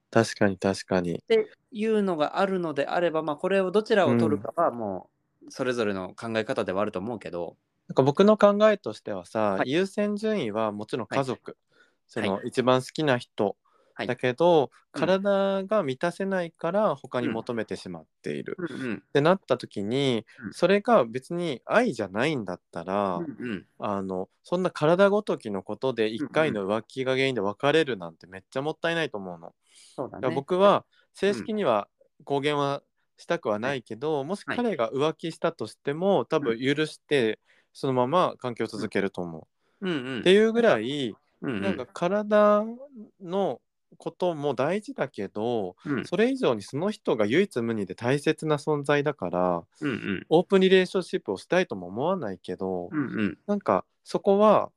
S1: 確かに確かに
S2: っていうのがあるのであれば、まあ、これをどちらを取るかはもうそれぞれの考え方ではあると思うけど、
S1: なんか僕の考えとしてはさ、
S2: はい
S1: 優先順位はもちろん家族、その
S2: は
S1: 一番好きな人、
S2: はい
S1: だけど、
S2: うん
S1: 体が満たせないから他に求めてしまっている、っ
S2: うんうん
S1: てなった時に、
S2: うん
S1: それが別に愛じゃないんだったら、
S2: うん
S1: あのそんな体ごときのことで1回の浮気が原因で別れるなんてめっちゃもったいないと思うの。
S2: そうだ
S1: だから
S2: ね。
S1: 僕は正式には公言はしたくはないけど、もし
S2: はい
S1: 彼が浮気したとしても多分許してそのまま関係を続けると思う。
S2: うんう
S1: っ
S2: ん
S1: ていうぐらい、
S2: うんうん
S1: なんか体のことも大事だけど、
S2: うん
S1: それ以上にその人が唯一無二で大切な存在だから
S2: うんうん
S1: オープンリレーションシップをしたいとも思わないけど、
S2: うんうん
S1: なんかそこは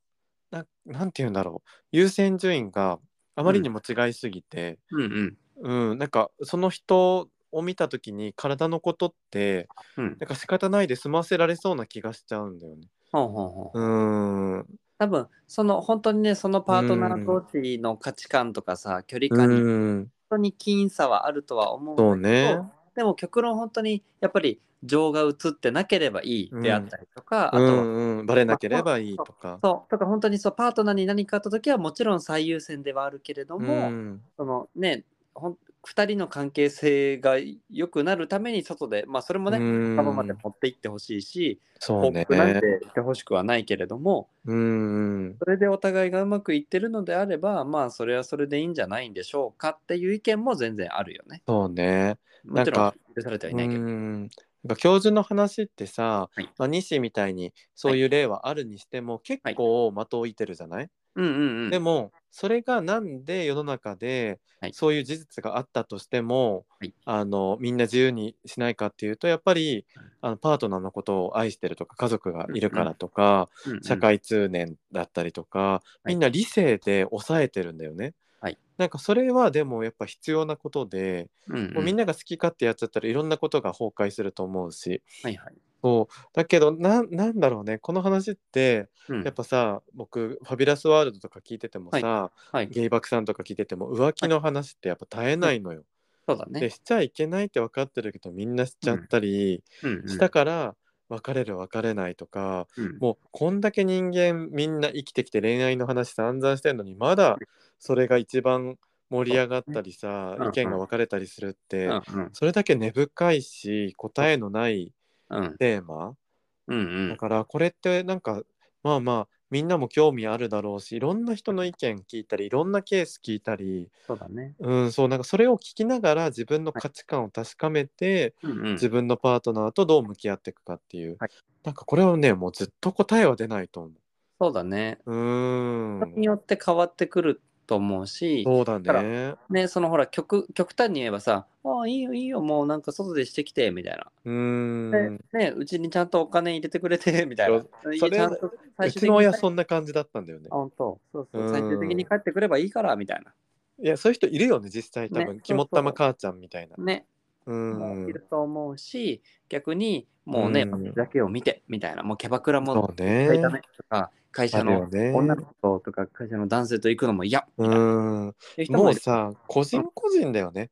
S1: ななんて言うんだろう優先順位があまりにも違いすぎて。
S2: うんうん
S1: うん、なんかその人を見た時に体のことって
S2: うん
S1: なんか仕方ないで済ませられそうな気がしちゃうんだよね。
S2: ほうほうほう
S1: うーん
S2: 多分その本当にねそのパートナー同士の価値観とかさ距離
S1: う
S2: 感に本
S1: ん
S2: 当に僅差はあるとは思うんだけ
S1: そ
S2: ど
S1: うね。
S2: でも極論本当にやっぱり情が映ってなければいいであったりとか、
S1: う
S2: あとは
S1: んうん、バレなければいいとか。
S2: そうとか本当にそうパートナーに何かあった時はもちろん最優先ではあるけれど
S1: う
S2: も、
S1: ん
S2: そのねほん2人の関係性が良くなるために外で、まあ、それもね
S1: うん
S2: 仲間まで持って行ってほしいし
S1: そう
S2: 報
S1: ね。
S2: 復なんてしてほしくはないけれども
S1: うんうん
S2: それでお互いがうまくいってるのであればまあそれはそれでいいんじゃないんでしょうかっていう意見も全然あるよね。
S1: そうね。
S2: もちろ
S1: なん
S2: ん
S1: か
S2: 許されてはいうないけど。
S1: んなんか教授の話ってさ、
S2: はい
S1: まあ、西みたいにそういう例はあるにしても、結構的を置いてるじゃない
S2: うんうんうん
S1: でもそれがなんで世の中で
S2: はい
S1: そういう事実があったとしても、
S2: はい
S1: あのみんな自由にしないかっていうとやっぱりあのパートナーのことを愛してるとか家族がいるからとか、
S2: うんうん
S1: 社会通念だったりとか、
S2: い
S1: みんな理性で抑えてるんだよね。
S2: はい
S1: なんかそれはでもやっぱ必要なことで、
S2: うんうん
S1: もうみんなが好き勝手やっちゃったらいろんなことが崩壊すると思うし
S2: はいはい
S1: そうだけどななんだろうねこの話って
S2: うん
S1: やっぱさ、僕ファビュラスワールドとか聞いててもさ、
S2: はい、
S1: ゲイバクさんとか聞いてても浮気の話ってやっぱ絶えないのよ。
S2: そうだね
S1: で。しちゃいけないって分かってるけどみんなしちゃったり、
S2: うんうん
S1: したから別れる別れないとか、
S2: うん
S1: もうこんだけ人間みんな生きてきて恋愛の話散々してるのにまだそれが一番盛り上がったりさ、
S2: うん
S1: 意見が分かれたりするって、
S2: うんうん
S1: それだけ根深いし答えのない
S2: うん
S1: テーマ、
S2: うんうん
S1: だからこれってなんかまあまあみんなも興味あるだろうしいろんな人の意見聞いたりいろんなケース聞いたり
S2: そうだね。
S1: うんそうなんかそれを聞きながら自分の価値観を確かめて
S2: うんうん
S1: 自分のパートナーとどう向き合っていくかっていう、
S2: はい
S1: なんかこれはねもうずっと答えは出ないと思
S2: そうだね。
S1: ううー
S2: に
S1: ん
S2: よって変わってくると思うし、
S1: そうだ
S2: だか
S1: ね
S2: ね、そのほら極極端に言えばさ「ああいいよいいよもうなんか外でしてきて」みたいな
S1: うーん
S2: 「ねうちにちゃんとお金入れてくれて」みたいな
S1: そ
S2: 家
S1: それ
S2: ちゃんと
S1: う
S2: 最終的
S1: ち
S2: に
S1: の親
S2: あ
S1: そんな感じだったんだよね
S2: 本当そうそう
S1: うん
S2: 最終的に帰ってくればいいからみたいない
S1: やそういう人いるよね実際多
S2: ね
S1: 分肝っ玉母ちゃんみたいな
S2: ね、
S1: う
S2: もうい
S1: ん
S2: ると思うし逆にもうね、
S1: うん
S2: だけを見てみたいなもうキャバクラも
S1: そうね
S2: いたねとか会社の
S1: あるよね
S2: 女の子とか会社の男性と行くのも嫌み
S1: う
S2: たいなっ
S1: ん
S2: ていう人
S1: も
S2: も
S1: う
S2: いる
S1: さ個人個人だよね、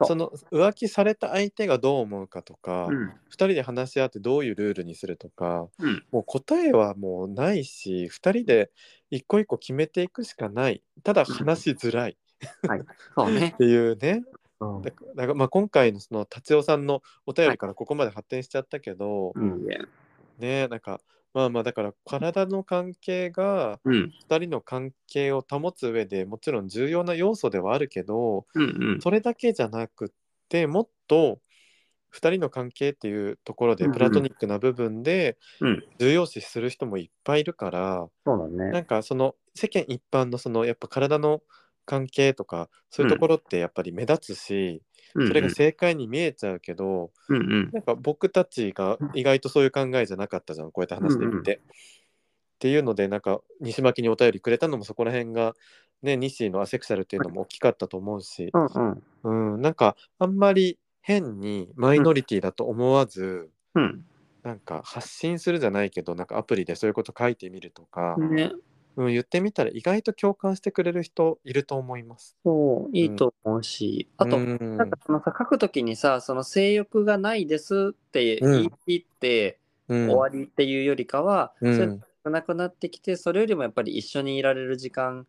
S2: そう
S1: その浮気された相手がどう思うかとか、
S2: うん
S1: 2人で話し合ってどういうルールにするとか、
S2: うん
S1: もう答えはもうないし2人で一個一個決めていくしかないただ話しづらいっ
S2: そうね。
S1: ていうね、
S2: うん
S1: だからだからまあ今回のその達夫さんのお便りからここまで発展しちゃったけど、ねなんかまあまあだから体の関係が
S2: うん。
S1: 2人の関係を保つ上でもちろん重要な要素ではあるけど
S2: うんうん。
S1: それだけじゃなくってもっと2人の関係っていうところで
S2: うんうん
S1: プラトニックな部分で
S2: うん
S1: 重要視する人もいっぱいいるから、
S2: そうだね。
S1: なんかその世間一般のそのやっぱ体の関係とかそういうところってやっぱり目立つし、それが正解に見えちゃうけど、
S2: うんうん。
S1: なんか僕たちが意外とそういう考えじゃなかったじゃんこうやって話してみて。っていうのでなんか西巻にお便りくれたのもそこら辺がね西のアセクシャルっていうのも大きかったと思うし、
S2: うんうん。
S1: うん、なんかあんまり変にマイノリティだと思わず、
S2: うん。
S1: なんか発信するじゃないけどなんかアプリでそういうこと書いてみるとか、
S2: ね、
S1: うん、言ってみたら意外と共感してくれる人いると思います。
S2: そう、いいと思うし、あと、
S1: うん
S2: なんかそのさ書くときにさ、その性欲がないですって
S1: うん
S2: 言い切って
S1: うん
S2: 終わりっていうよりかは、
S1: うん
S2: それがなくなってきて、それよりもやっぱり一緒にいられる時間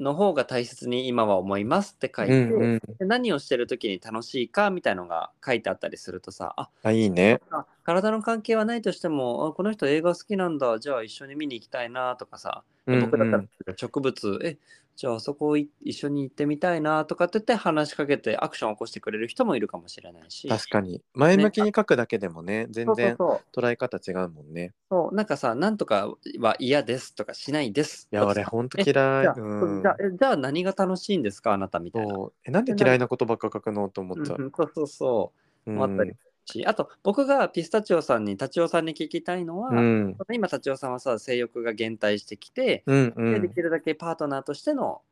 S2: の方が大切に今は思いますって書いて、
S1: うんうん
S2: で何をしてる時に楽しいかみたいのが書いてあったりするとさ、あ
S1: あいいね。
S2: あ体の関係はないとしてもあこの人映画好きなんだじゃあ一緒に見に行きたいなとかさ、で僕だったら植物えじゃあそこい一緒に行ってみたいなとかって言って話しかけてアクションを起こしてくれる人もいるかもしれないし
S1: 確かに前向きに書くだけでもね全然
S2: そうそうそう
S1: 捉え方違うもんね。
S2: そうなんかさなんとかは嫌ですとかしないです
S1: いや、
S2: とかさ
S1: 俺、ほんと
S2: え
S1: 嫌い。
S2: じゃあ,、
S1: うん
S2: じゃあ。えじゃあ何が楽しいんですかあなたみたいな。
S1: そうえなんで嫌いなことばっか書くのと思
S2: う
S1: っ
S2: ん
S1: ちゃう。
S2: そうそうそう、もあったりしあと僕がピスタチオさんにタチオさんに聞きたいのは、
S1: うん。
S2: 今タチオさんはさ性欲が減退してきて、
S1: うんうん。
S2: でできるだけパートナーとしての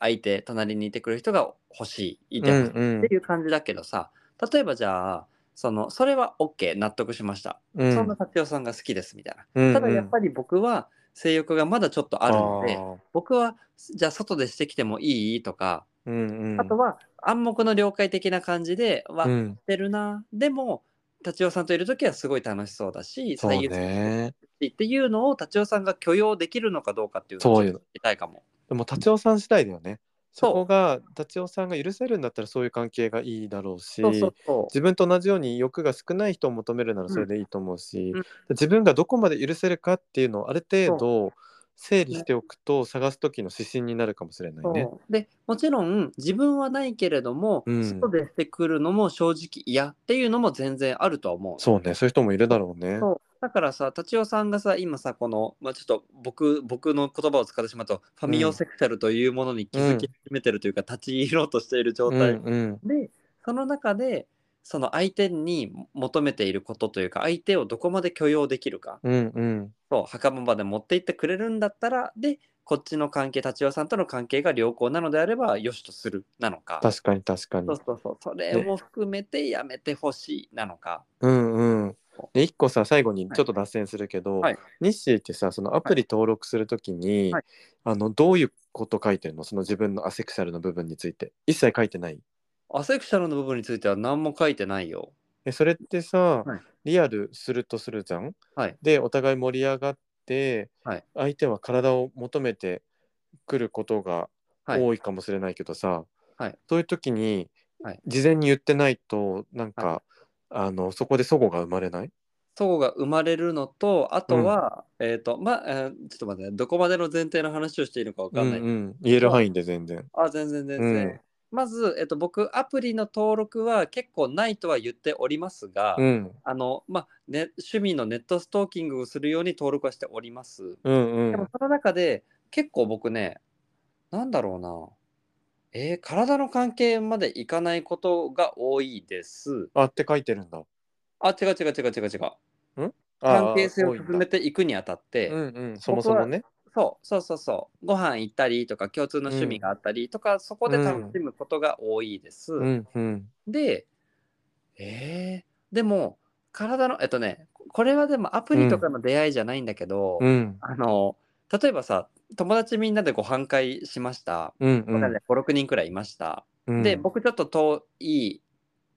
S2: 相手隣にいてくれる人が欲しいいて
S1: う
S2: ほしい
S1: んうん
S2: っていう感じだけどさ例えばじゃあそのそれは OK 納得しました、
S1: うん
S2: そんな達夫さんが好きですみたいな、
S1: うんうん
S2: ただやっぱり僕は性欲がまだちょっとあるので僕はじゃあ外でしてきてもいいとか、
S1: あーうんうん。
S2: あとは暗黙の了解的な感じでは
S1: う
S2: っ
S1: ん、
S2: てるな、でも達夫さんといる時はすごい楽しそうだし
S1: そう
S2: 最優先
S1: ね。
S2: っていうのを達夫さんが許容できるのかどうかっていうの
S1: そ
S2: を
S1: う
S2: ち
S1: よ
S2: ょっと聞きたいかも。
S1: でも、達夫さん次第だよね。
S2: そう
S1: そこが、達夫さんが許せるんだったら、そういう関係がいいだろうし。
S2: そうそうそう
S1: 自分と同じように欲が少ない人を求めるならそれでいいと思うし、
S2: うん
S1: 自分がどこまで許せるかっていうのをある程度整理しておくと探す時の指針になるかもしれないね。
S2: そうでもちろん自分はないけれども、
S1: うん
S2: 外でしてくるのも正直嫌っていうのも全然あるとは思う。
S1: そうねそういう人もいるだろうね。
S2: そうだからさ、達夫さんがさ、今さ、この、まあ、ちょっと僕僕の言葉を使ってしまうと、ファミオセクシャルというものに気づき始めてるというか、立ち入ろうとしている状
S1: うん
S2: 態、
S1: うん
S2: で、その中で、その相手に求めていることというか、相手をどこまで許容できるか、
S1: うんうん
S2: そう墓場まで持って行ってくれるんだったらでこっちの関係達夫さんとの関係が良好なのであればよしとするなのか
S1: 確かに確かに
S2: そう。そうそうそれも含めてやめてほしいなのか、
S1: うんうん。で一個さ最後にちょっと脱線するけど、
S2: はい
S1: 日誌ってさそのアプリ登録するときに、
S2: はい
S1: あのどういうこと書いてるのその自分のアセクシャルの部分について一切書いてない
S2: アセクシャルの部分については何も書いてないよ
S1: えそれってさ、
S2: はい
S1: リアルするとするじゃん、
S2: はい
S1: でお互い盛り上がって、
S2: はい
S1: 相手は体を求めてくることが
S2: はい
S1: 多いかもしれないけどさ、
S2: はい
S1: そういう時に、
S2: はい
S1: 事前に言ってないとなんか、あのそこで齟齬が生まれない
S2: そこが生まれるのとあとは、えっ、とまあ、えーちょっと待ってねどこまでの前提の話をしているのかわかんない、
S1: うんうん、言える範囲で全然。
S2: あ全然全然、
S1: うん
S2: まず、えっと僕アプリの登録は結構ないとは言っておりますが、
S1: うん
S2: あのまあね、趣味のネットストーキングをするように登録はしております。
S1: うんう
S2: でも
S1: ん
S2: その中で結構僕ね、なんだろうな、えー体の関係までいかないことが多いです。
S1: あって書いてるんだ。
S2: あ、違う違う違う違う違う。
S1: あー
S2: 関係性を進め
S1: 多
S2: ていくにあたって、
S1: いんだうんうん、そもそもね。
S2: そうそうそうそう、ご飯行ったりとか共通の趣味があったりとか、そこで楽しむことが多いです。
S1: うんうん
S2: で、えー、でも、体の、えっとね、これはでもアプリとかの出会いじゃないんだけど、
S1: うん
S2: あの、例えばさ友達みんなでご飯会しました、
S1: うんう
S2: なん
S1: ん
S2: で56人くらいいました、
S1: うん
S2: で僕ちょっと遠い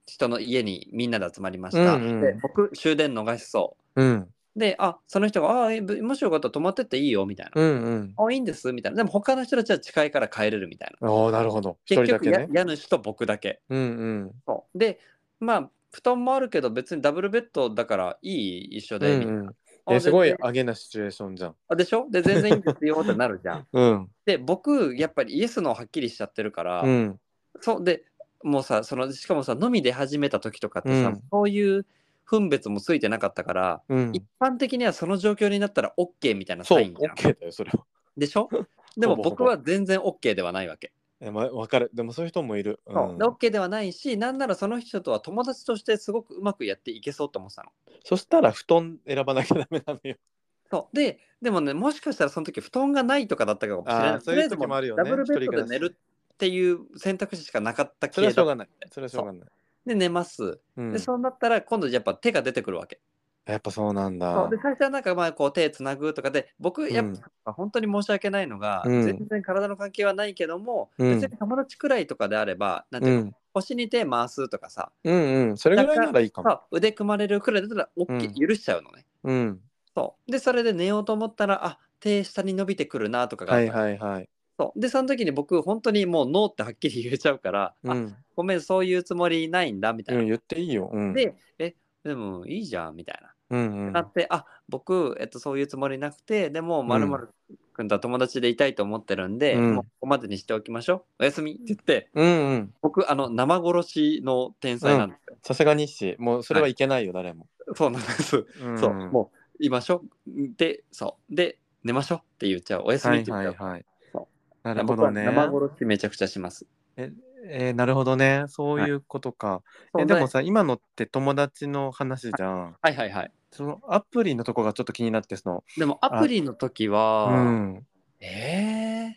S2: 人の家にみんなで集まりました、
S1: うんうん
S2: で僕終電逃しそ
S1: うん
S2: うであその人が「あえぶもしよかったら泊まってっていいよ」みたいな「
S1: うんうん
S2: あいいんです」みたいなでも他の人たちは近いから帰れるみたいな
S1: ああなるほど一
S2: 結
S1: 人だ
S2: 局
S1: け
S2: や、
S1: ね
S2: 家主と僕だけ
S1: うんうん
S2: そうでまあ布団もあるけど別にダブルベッドだからいい一緒
S1: う
S2: で、みたい
S1: ん
S2: な
S1: うん
S2: あ
S1: えすごい
S2: 全然
S1: アゲなシチュエーションじゃん
S2: あでしょで全然いいんですよってなるじゃん
S1: うん
S2: で僕やっぱりイエスのはっきりしちゃってるから、
S1: うん
S2: そうでもうさそのしかもさ飲み出始めた時とかってさ、
S1: うん
S2: そういう分別もついてなかったから、
S1: うん
S2: 一般的にはその状況になったら OK みたいな
S1: そ
S2: サ
S1: う
S2: インじゃん
S1: OK だよそれは
S2: でしょでも
S1: ほぼほぼ
S2: 僕は全然 OK ではないわけ、
S1: えまわかるでもそういう人もいるう
S2: そうんで OK ではないしなんならその人とは友達としてすごくうまくやっていけそうと思ってたの
S1: そしたら布団選ばなきゃダメなのよ
S2: そうででもねもしかしたらその時布団がないとかだったかもしれ
S1: あ
S2: な
S1: ー
S2: い
S1: そういう時もあるよね
S2: とりえずもうダブルベッド
S1: 一人暮
S2: で寝
S1: らし
S2: るっていう選択肢しかなかった
S1: それ
S2: け
S1: はしょう
S2: ど
S1: がないそれはしょうがない
S2: で寝ます、
S1: うん
S2: でそうなったら今度やっぱ手が出てくるわけ
S1: やっぱそうなん
S2: そう
S1: だ
S2: で最初はなんかまあこう手つなぐとかで僕やっぱ本当に申し訳ないのが、
S1: うん
S2: 全然体の関係はないけども、
S1: うん
S2: 別に友達くらいとかであればなんて
S1: う
S2: いうの、
S1: ん
S2: 腰に手回すとかさ
S1: うんうんそれぐらいならいいかも
S2: さ腕組まれるくらいだったら OK、許しちゃうのね
S1: うん
S2: そうでそれで寝ようと思ったらあ手下に伸びてくるなとかがあ
S1: は
S2: った
S1: い
S2: の
S1: はいはい
S2: そうでその時に僕本当にもうノーってはっきり 言えちゃうから、
S1: う
S2: あ
S1: ん
S2: ごめんそういうつもりないんだみたいな、
S1: うん言っていいようん
S2: でえでもいいじゃんみたいな、
S1: うんうん
S2: なってあ僕、えっと、そういうつもりなくてでもまるまる君とは友達でいたいと思ってるんで、
S1: うん
S2: もうここまでにしておきましょうおやすみって言って
S1: うんうん
S2: 僕あの生殺しの天才なんですよ、
S1: さすがにしもうそれはいけないよ誰も
S2: そうなんです、
S1: ん
S2: そうもう言いましょうでそうで寝ましょうって言っちゃうおやす
S1: は
S2: みっ
S1: い
S2: て言
S1: は
S2: っち
S1: い
S2: ゃう、
S1: はい
S2: そ
S1: なるほどね
S2: 僕は生殺しめちゃくちゃします
S1: えーなるほどねそういうことかえでもさ今のって友達の話じゃん
S2: はいはいはい
S1: そのアプリのとこがちょっと気になってその
S2: でもアプリの時は、
S1: うん
S2: ええ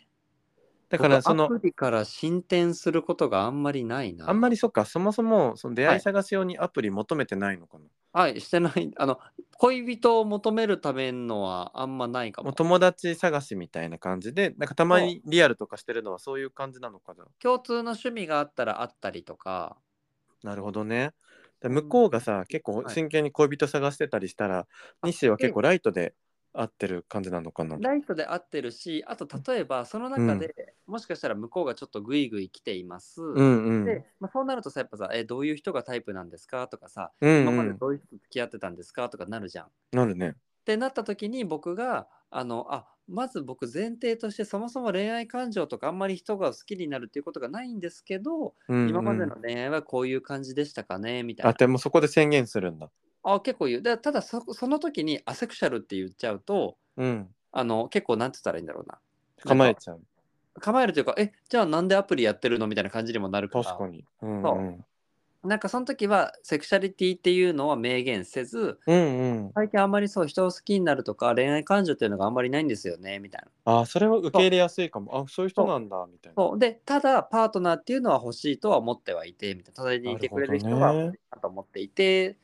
S1: だからその
S2: アプリから進展することがあんまりないな。
S1: あんまりそっかそもそもその出
S2: は
S1: 会い
S2: い
S1: 探し用にアプリ求めてないのかな、
S2: はい、してない。あの、恋人を求めるためのはあんまないか
S1: もう
S2: も。
S1: 友達探しみたいな感じでなんかたまにリアルとかしてるのはそういう感じなのかな
S2: 共通の趣味があったらあったりとか。
S1: なるほどねで向こうがさ結構
S2: はい
S1: 真剣に恋人探してたりしたら、西西は結構ライトで会ってる感じなのかな
S2: ライトで合ってるし、あと例えばその中で、もしかしたら向こうがちょっとグイグイ来ています。
S1: うんうん
S2: で、まあ、そうなるとさ、やっぱさ、え、どういう人がタイプなんですかとかさ、
S1: うん
S2: 今
S1: う
S2: まで
S1: ん
S2: どういう人と付き合ってたんですかとかなるじゃん。
S1: なるね
S2: ってなった時に僕があのあまず僕前提としてそもそも恋愛感情とかあんまり人が好きになるっていうことがないんですけど、
S1: うんうん
S2: 今までの恋愛はこういう感じでしたかねみたい
S1: あ
S2: な
S1: でもそこで宣言するんだ
S2: あ結構言うでただそその時にアセクシャルって言っちゃうと
S1: うん
S2: あの結構なんて言ったらいいんだろうな
S1: 構え
S2: なんか
S1: ちゃう
S2: 構えるというかえじゃあなんでアプリやってるのみたいな感じにもなるから
S1: 確かにうんう
S2: そうんなんかその時はセクシャリティっていうのは明言せず
S1: うんうん
S2: 最近あんまりそう人を好きになるとか恋愛感情っていうのがあんまりないんですよねみたいな
S1: あそれは受け入れやすいかもあそういう人なんだみたいな
S2: そうでただパートナーっていうのは欲しいとは思ってはいてみたいな隣にいてくれる人
S1: なるほ
S2: が
S1: どね
S2: 欲しいなと思っていて、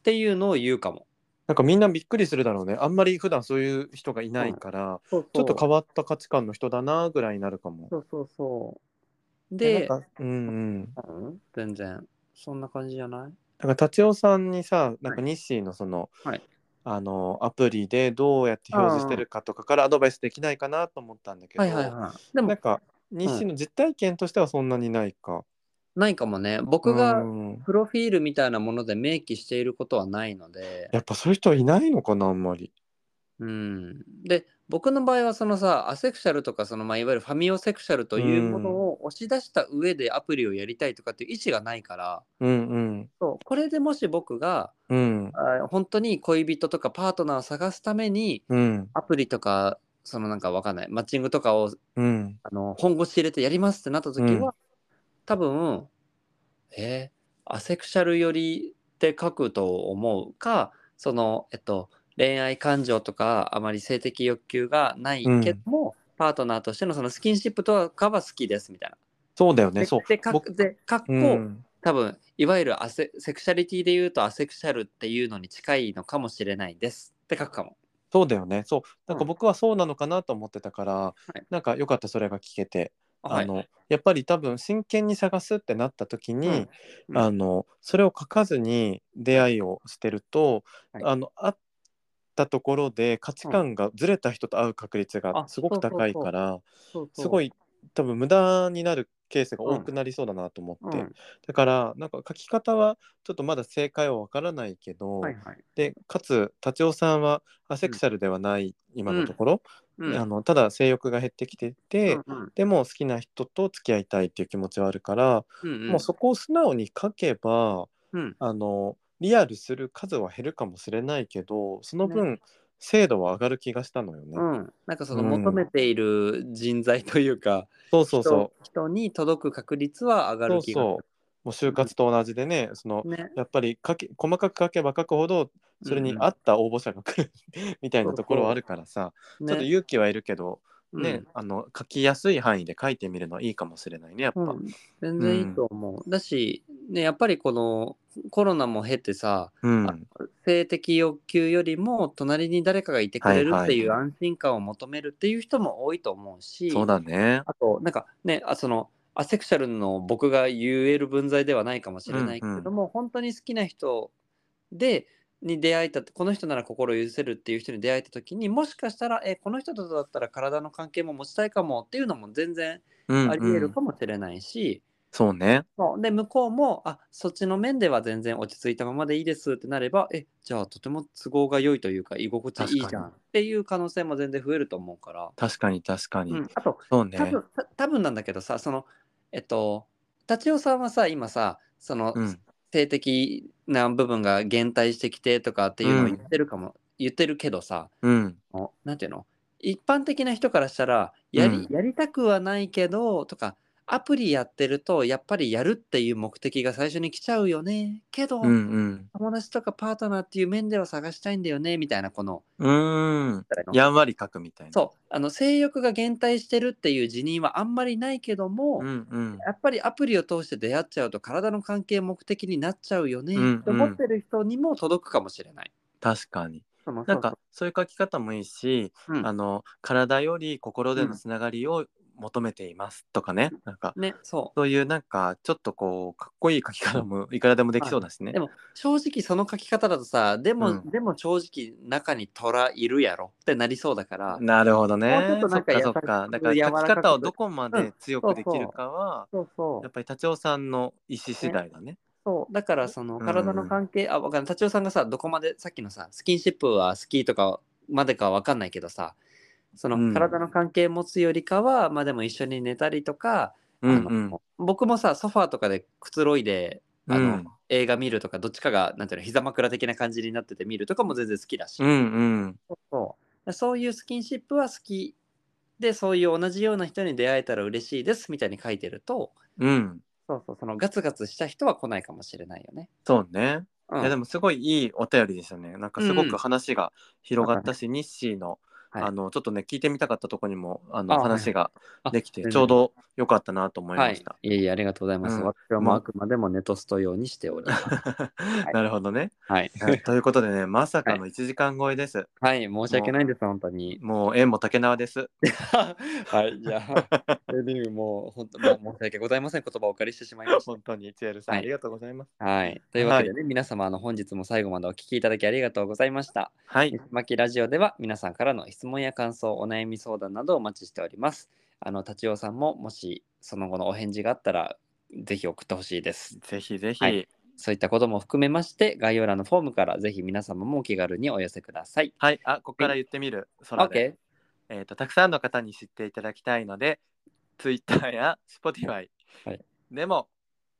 S2: っていうのを言うかも
S1: なんかみんなびっくりするだろうねあんまり普段そういう人がいないから、ちょっと変わった価値観の人だなぐらいになるかも。
S2: そうそうそう
S1: で
S2: で、
S1: なんかうんうん、
S2: うん全然そんな感じじゃない
S1: なんか達夫さんにさなんか日誌のその、
S2: はい
S1: あのアプリでどうやって表示してるかとかからアドバイスできないかなと思ったんだけど、
S2: はいはいはいで
S1: な
S2: も
S1: んか日誌の実体験としてはそんなにないか。
S2: ないかもね僕が
S1: うん
S2: プロフィールみたいなもので明記していることはないので
S1: やっぱそういう人はいないのかなあんまり。
S2: うんで僕の場合はそのさアセクシャルとかその、まあ、いわゆるファミオセクシャルというものを押し出した上でアプリをやりたいとかっていう意思がないから、
S1: うんうん
S2: そうこれでもし僕が
S1: うん
S2: あ本当に恋人とかパートナーを探すために
S1: うん
S2: アプリとかそのなんかわかんないマッチングとかを
S1: うん
S2: あの本腰入れてやりますってなった時は、
S1: うん
S2: 多分えーアセクシャル寄りって書くと思うかそのえっと恋愛感情とかあまり性的欲求がないけども、パートナーとしてのそのスキンシップとかは好きですみたいな。
S1: そうだよね
S2: で
S1: そう。
S2: でか
S1: 僕
S2: でかっこ、
S1: うん
S2: 多分いわゆるアセセクシャリティで言うとアセクシャルっていうのに近いのかもしれないですって書くかも。
S1: そうだよね。そう。なんか僕はそうなのかなと思ってたから、
S2: い
S1: なんかよかったそれが聞けて。
S2: は
S1: あ
S2: い
S1: の、やっぱり多分真剣に探すってなった時に、
S2: うんうん
S1: あのそれを書かずに出会いをしてると、
S2: はい
S1: あの会ったところで価値観がずれた人と会う確率が
S2: あ
S1: すごく高いから、
S2: そうそう
S1: すごい多分無駄になるケースが多くなりそうだなと思って、
S2: うん
S1: だからなんか書き方はちょっとまだ正解はわからないけど、
S2: はいはい
S1: でかつ達夫さんはアセクシャルではない、今のところ、
S2: うん
S1: あのただ性欲が減ってきてて、
S2: うん
S1: でも好きな人と付き合いたいっていう気持ちはあるから、
S2: うん
S1: もうそこを素直に書けば
S2: うん
S1: あのリアルする数は減るかもしれないけどその分、精度は上がる気がしたのよね。
S2: うん、なんかその
S1: うん
S2: 求めている人材というか、
S1: そうそうそ
S2: 人人に届く確率は上
S1: う
S2: が
S1: そ
S2: る
S1: う
S2: 気が
S1: そうもう就活と同じでね、その
S2: するね。
S1: やっぱり書け細かく書けば書くほどそれに合った応募者が来る みたいなところはあるからさ、ちょっと
S2: ね
S1: 勇気はいるけど、
S2: うん
S1: ねあの書きやすい範囲で書いてみるのはいいかもしれないねやっぱ。
S2: うん全然いいと思う。だし、ね、やっぱりこのコロナも経てさ、
S1: うん
S2: あ性的欲求よりも隣に誰かがいてくれる
S1: はいはい
S2: っていう安心感を求めるっていう人も多いと思うし、
S1: そうだね。
S2: あと、なんかね、あその、アセクシャルの僕が言える文在ではないかもしれないけれども、本当に好きな人で、に出会えた、この人なら心を許せるっていう人に出会えた時に、もしかしたら、え、この人とだったら体の関係も持ちたいかもっていうのも全然
S1: うんうん
S2: あり得るかもしれないし、
S1: そうね。
S2: そうで、向こうも、あ、そっちの面では全然落ち着いたままでいいですってなれば、え、じゃあとても都合が良いというか、居心地いいじ
S1: 確
S2: ゃん
S1: か
S2: っ
S1: に
S2: ていう可能性も全然増えると思うから、
S1: 確かに確かに。
S2: うん、あと、
S1: そうね
S2: 多。分た多分なんだけどさそのえっと達夫さんはさ今さその、
S1: うん
S2: 性的な部分が減退してきてとかっていうの
S1: う
S2: を
S1: ん
S2: 言ってるかも、言ってるけどさ
S1: うん
S2: おなんていうの一般的な人からしたらやり,、
S1: う
S2: やりたくはないけどとかアプリやってるとやっぱりやるっていう目的が最初に来ちゃうよねけど、
S1: うん
S2: 友達とかパートナーっていう面では探したいんだよねみたいなこの
S1: うん。うん。やんわり書くみたいな。
S2: そうあの性欲が減退してるっていう辞任はあんまりないけども、
S1: うんうん。
S2: やっぱりアプリを通して出会っちゃうと体の関係目的になっちゃうよね
S1: うんうん
S2: と思ってる人にも届くかもしれない。
S1: 確かに。
S2: その
S1: なんかそういう書き方もいいし、
S2: そうそう
S1: あ
S2: うん
S1: の体より心で
S2: う
S1: の
S2: ん
S1: つながりを求めていますとかね。なんか
S2: ね、そ
S1: そういうなんかちょっとこうかっこいい書き方もいくらでもできそうだし
S2: う
S1: ね
S2: で。も正直その書き方だとさでも、
S1: うん
S2: でも正直中に虎いるやろってなりそうだから、
S1: なるほど
S2: もうちょ
S1: ね
S2: っ。
S1: そ
S2: とな
S1: っ
S2: ん
S1: か
S2: かや
S1: そっ
S2: っぱり
S1: か。だから
S2: 柔ら
S1: 書
S2: か
S1: き
S2: く
S1: 方をどこま
S2: う
S1: で
S2: ん
S1: 強くできるかは、
S2: そうそ
S1: や
S2: う
S1: っぱり達夫さんの意思次第だね。
S2: そうだからその
S1: うん
S2: 体の関係、あわかんない達夫さんがさどこまでさっきのさスキンシップは好きとかまでかはわかんないけどさそ
S1: うん
S2: の体の関係持つよりかは、まあでも一緒に寝たりとか、
S1: うん
S2: あ
S1: うん。
S2: の僕もさソファーとかでくつろいであの、
S1: うん
S2: 映画見るとかどっちかがなんていうの膝枕的な感じになってて見るとかも全然好きだし、
S1: うんうん。
S2: そうそういうスキンシップは好きでそういう同じような人に出会えたら嬉しいですみたいに書いてると
S1: うん。
S2: そうそうそのガツガツした人は来ないかもしれないよね。
S1: そうね。
S2: うん
S1: いやでもすごいいいお便りですよね。なんかすご
S2: うん
S1: く話が広がったし、日誌の、
S2: はい
S1: あのちょっとね聞いてみたかったところにもあの
S2: あはい
S1: 話が
S2: あ
S1: できて
S2: 全然
S1: ちょうど良かったなと思い
S2: は
S1: ま
S2: い
S1: し、た。
S2: いえいえありがとうございます。
S1: うん
S2: 私はもうあくまでもネトスト用にしており ます。 い
S1: なるほどね。
S2: はい、
S1: ということでねまさかの1時間超えです。
S2: はい、申し訳ないです、本当に。
S1: もう縁も竹縄です。
S2: はい、じゃあ、エルリングもう本当、もう申し訳ございません、言葉をお借りしてしまいました。
S1: 本当にチエルさん、
S2: は
S1: あ
S2: い
S1: りがとうございます。
S2: はい。というわけでね、皆様、あの、本日も最後までお聞きいただきありがとうございました。
S1: はい
S2: 西巻ラジオでは、皆さんからの質問や感想、お悩み相談などをお待ちしております。あの、達夫さんも、もし、その後のお返事があったら、ぜひ送ってほしいです。
S1: ぜひぜひ、
S2: はいそういったことも含めまして、概要欄のフォームから、ぜひ皆様もお気軽にお寄せください。
S1: はい、あ、ここから言ってみる。空で。
S2: OK?
S1: えっ、と、たくさんの方に知っていただきたいので、Twitter や Spotify
S2: はい
S1: でも、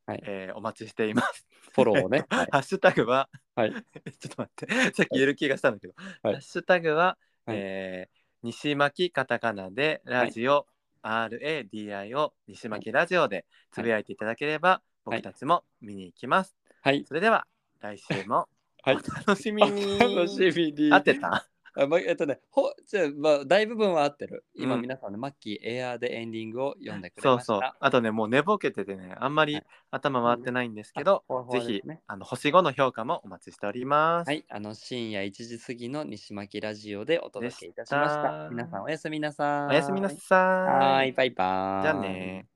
S2: はい
S1: えーお待ちしています。
S2: フォロー
S1: 。
S2: をね
S1: はい
S2: はい
S1: ハッシュタグは、
S2: はい
S1: ちょっと待って、さっき言える気がしたんだけど、
S2: はい
S1: ハッシュタグは、
S2: はい
S1: えー西巻カタカナでラジオ、RADIO 西巻ラジオでつぶやいていただければ、
S2: はい
S1: 僕たちも見に行きます。
S2: はい。
S1: それでは来週も
S2: はい
S1: お楽しみに。
S2: 楽しみに。
S1: 合ってた
S2: あまえっとね、ほじゃあまあ、大部分は合ってる。今、皆さんね、マッキーエアーでエンディングを読んでくれ
S1: そ
S2: ま
S1: う
S2: した。
S1: そう。あとね、もう寝ぼけててね、あんまり頭回ってないんですけど、
S2: ほわほ
S1: ぜ
S2: わ
S1: ひ
S2: ですね、
S1: あの星5の評価もお待ちしております。
S2: はい、あの深夜1時過ぎの西巻ラジオでお届けいたし
S1: で
S2: ま
S1: し
S2: したた。皆さんおやすみなさい。
S1: おやすみな
S2: は
S1: さ
S2: ー
S1: い。
S2: い、バイバーイ。
S1: じゃあね。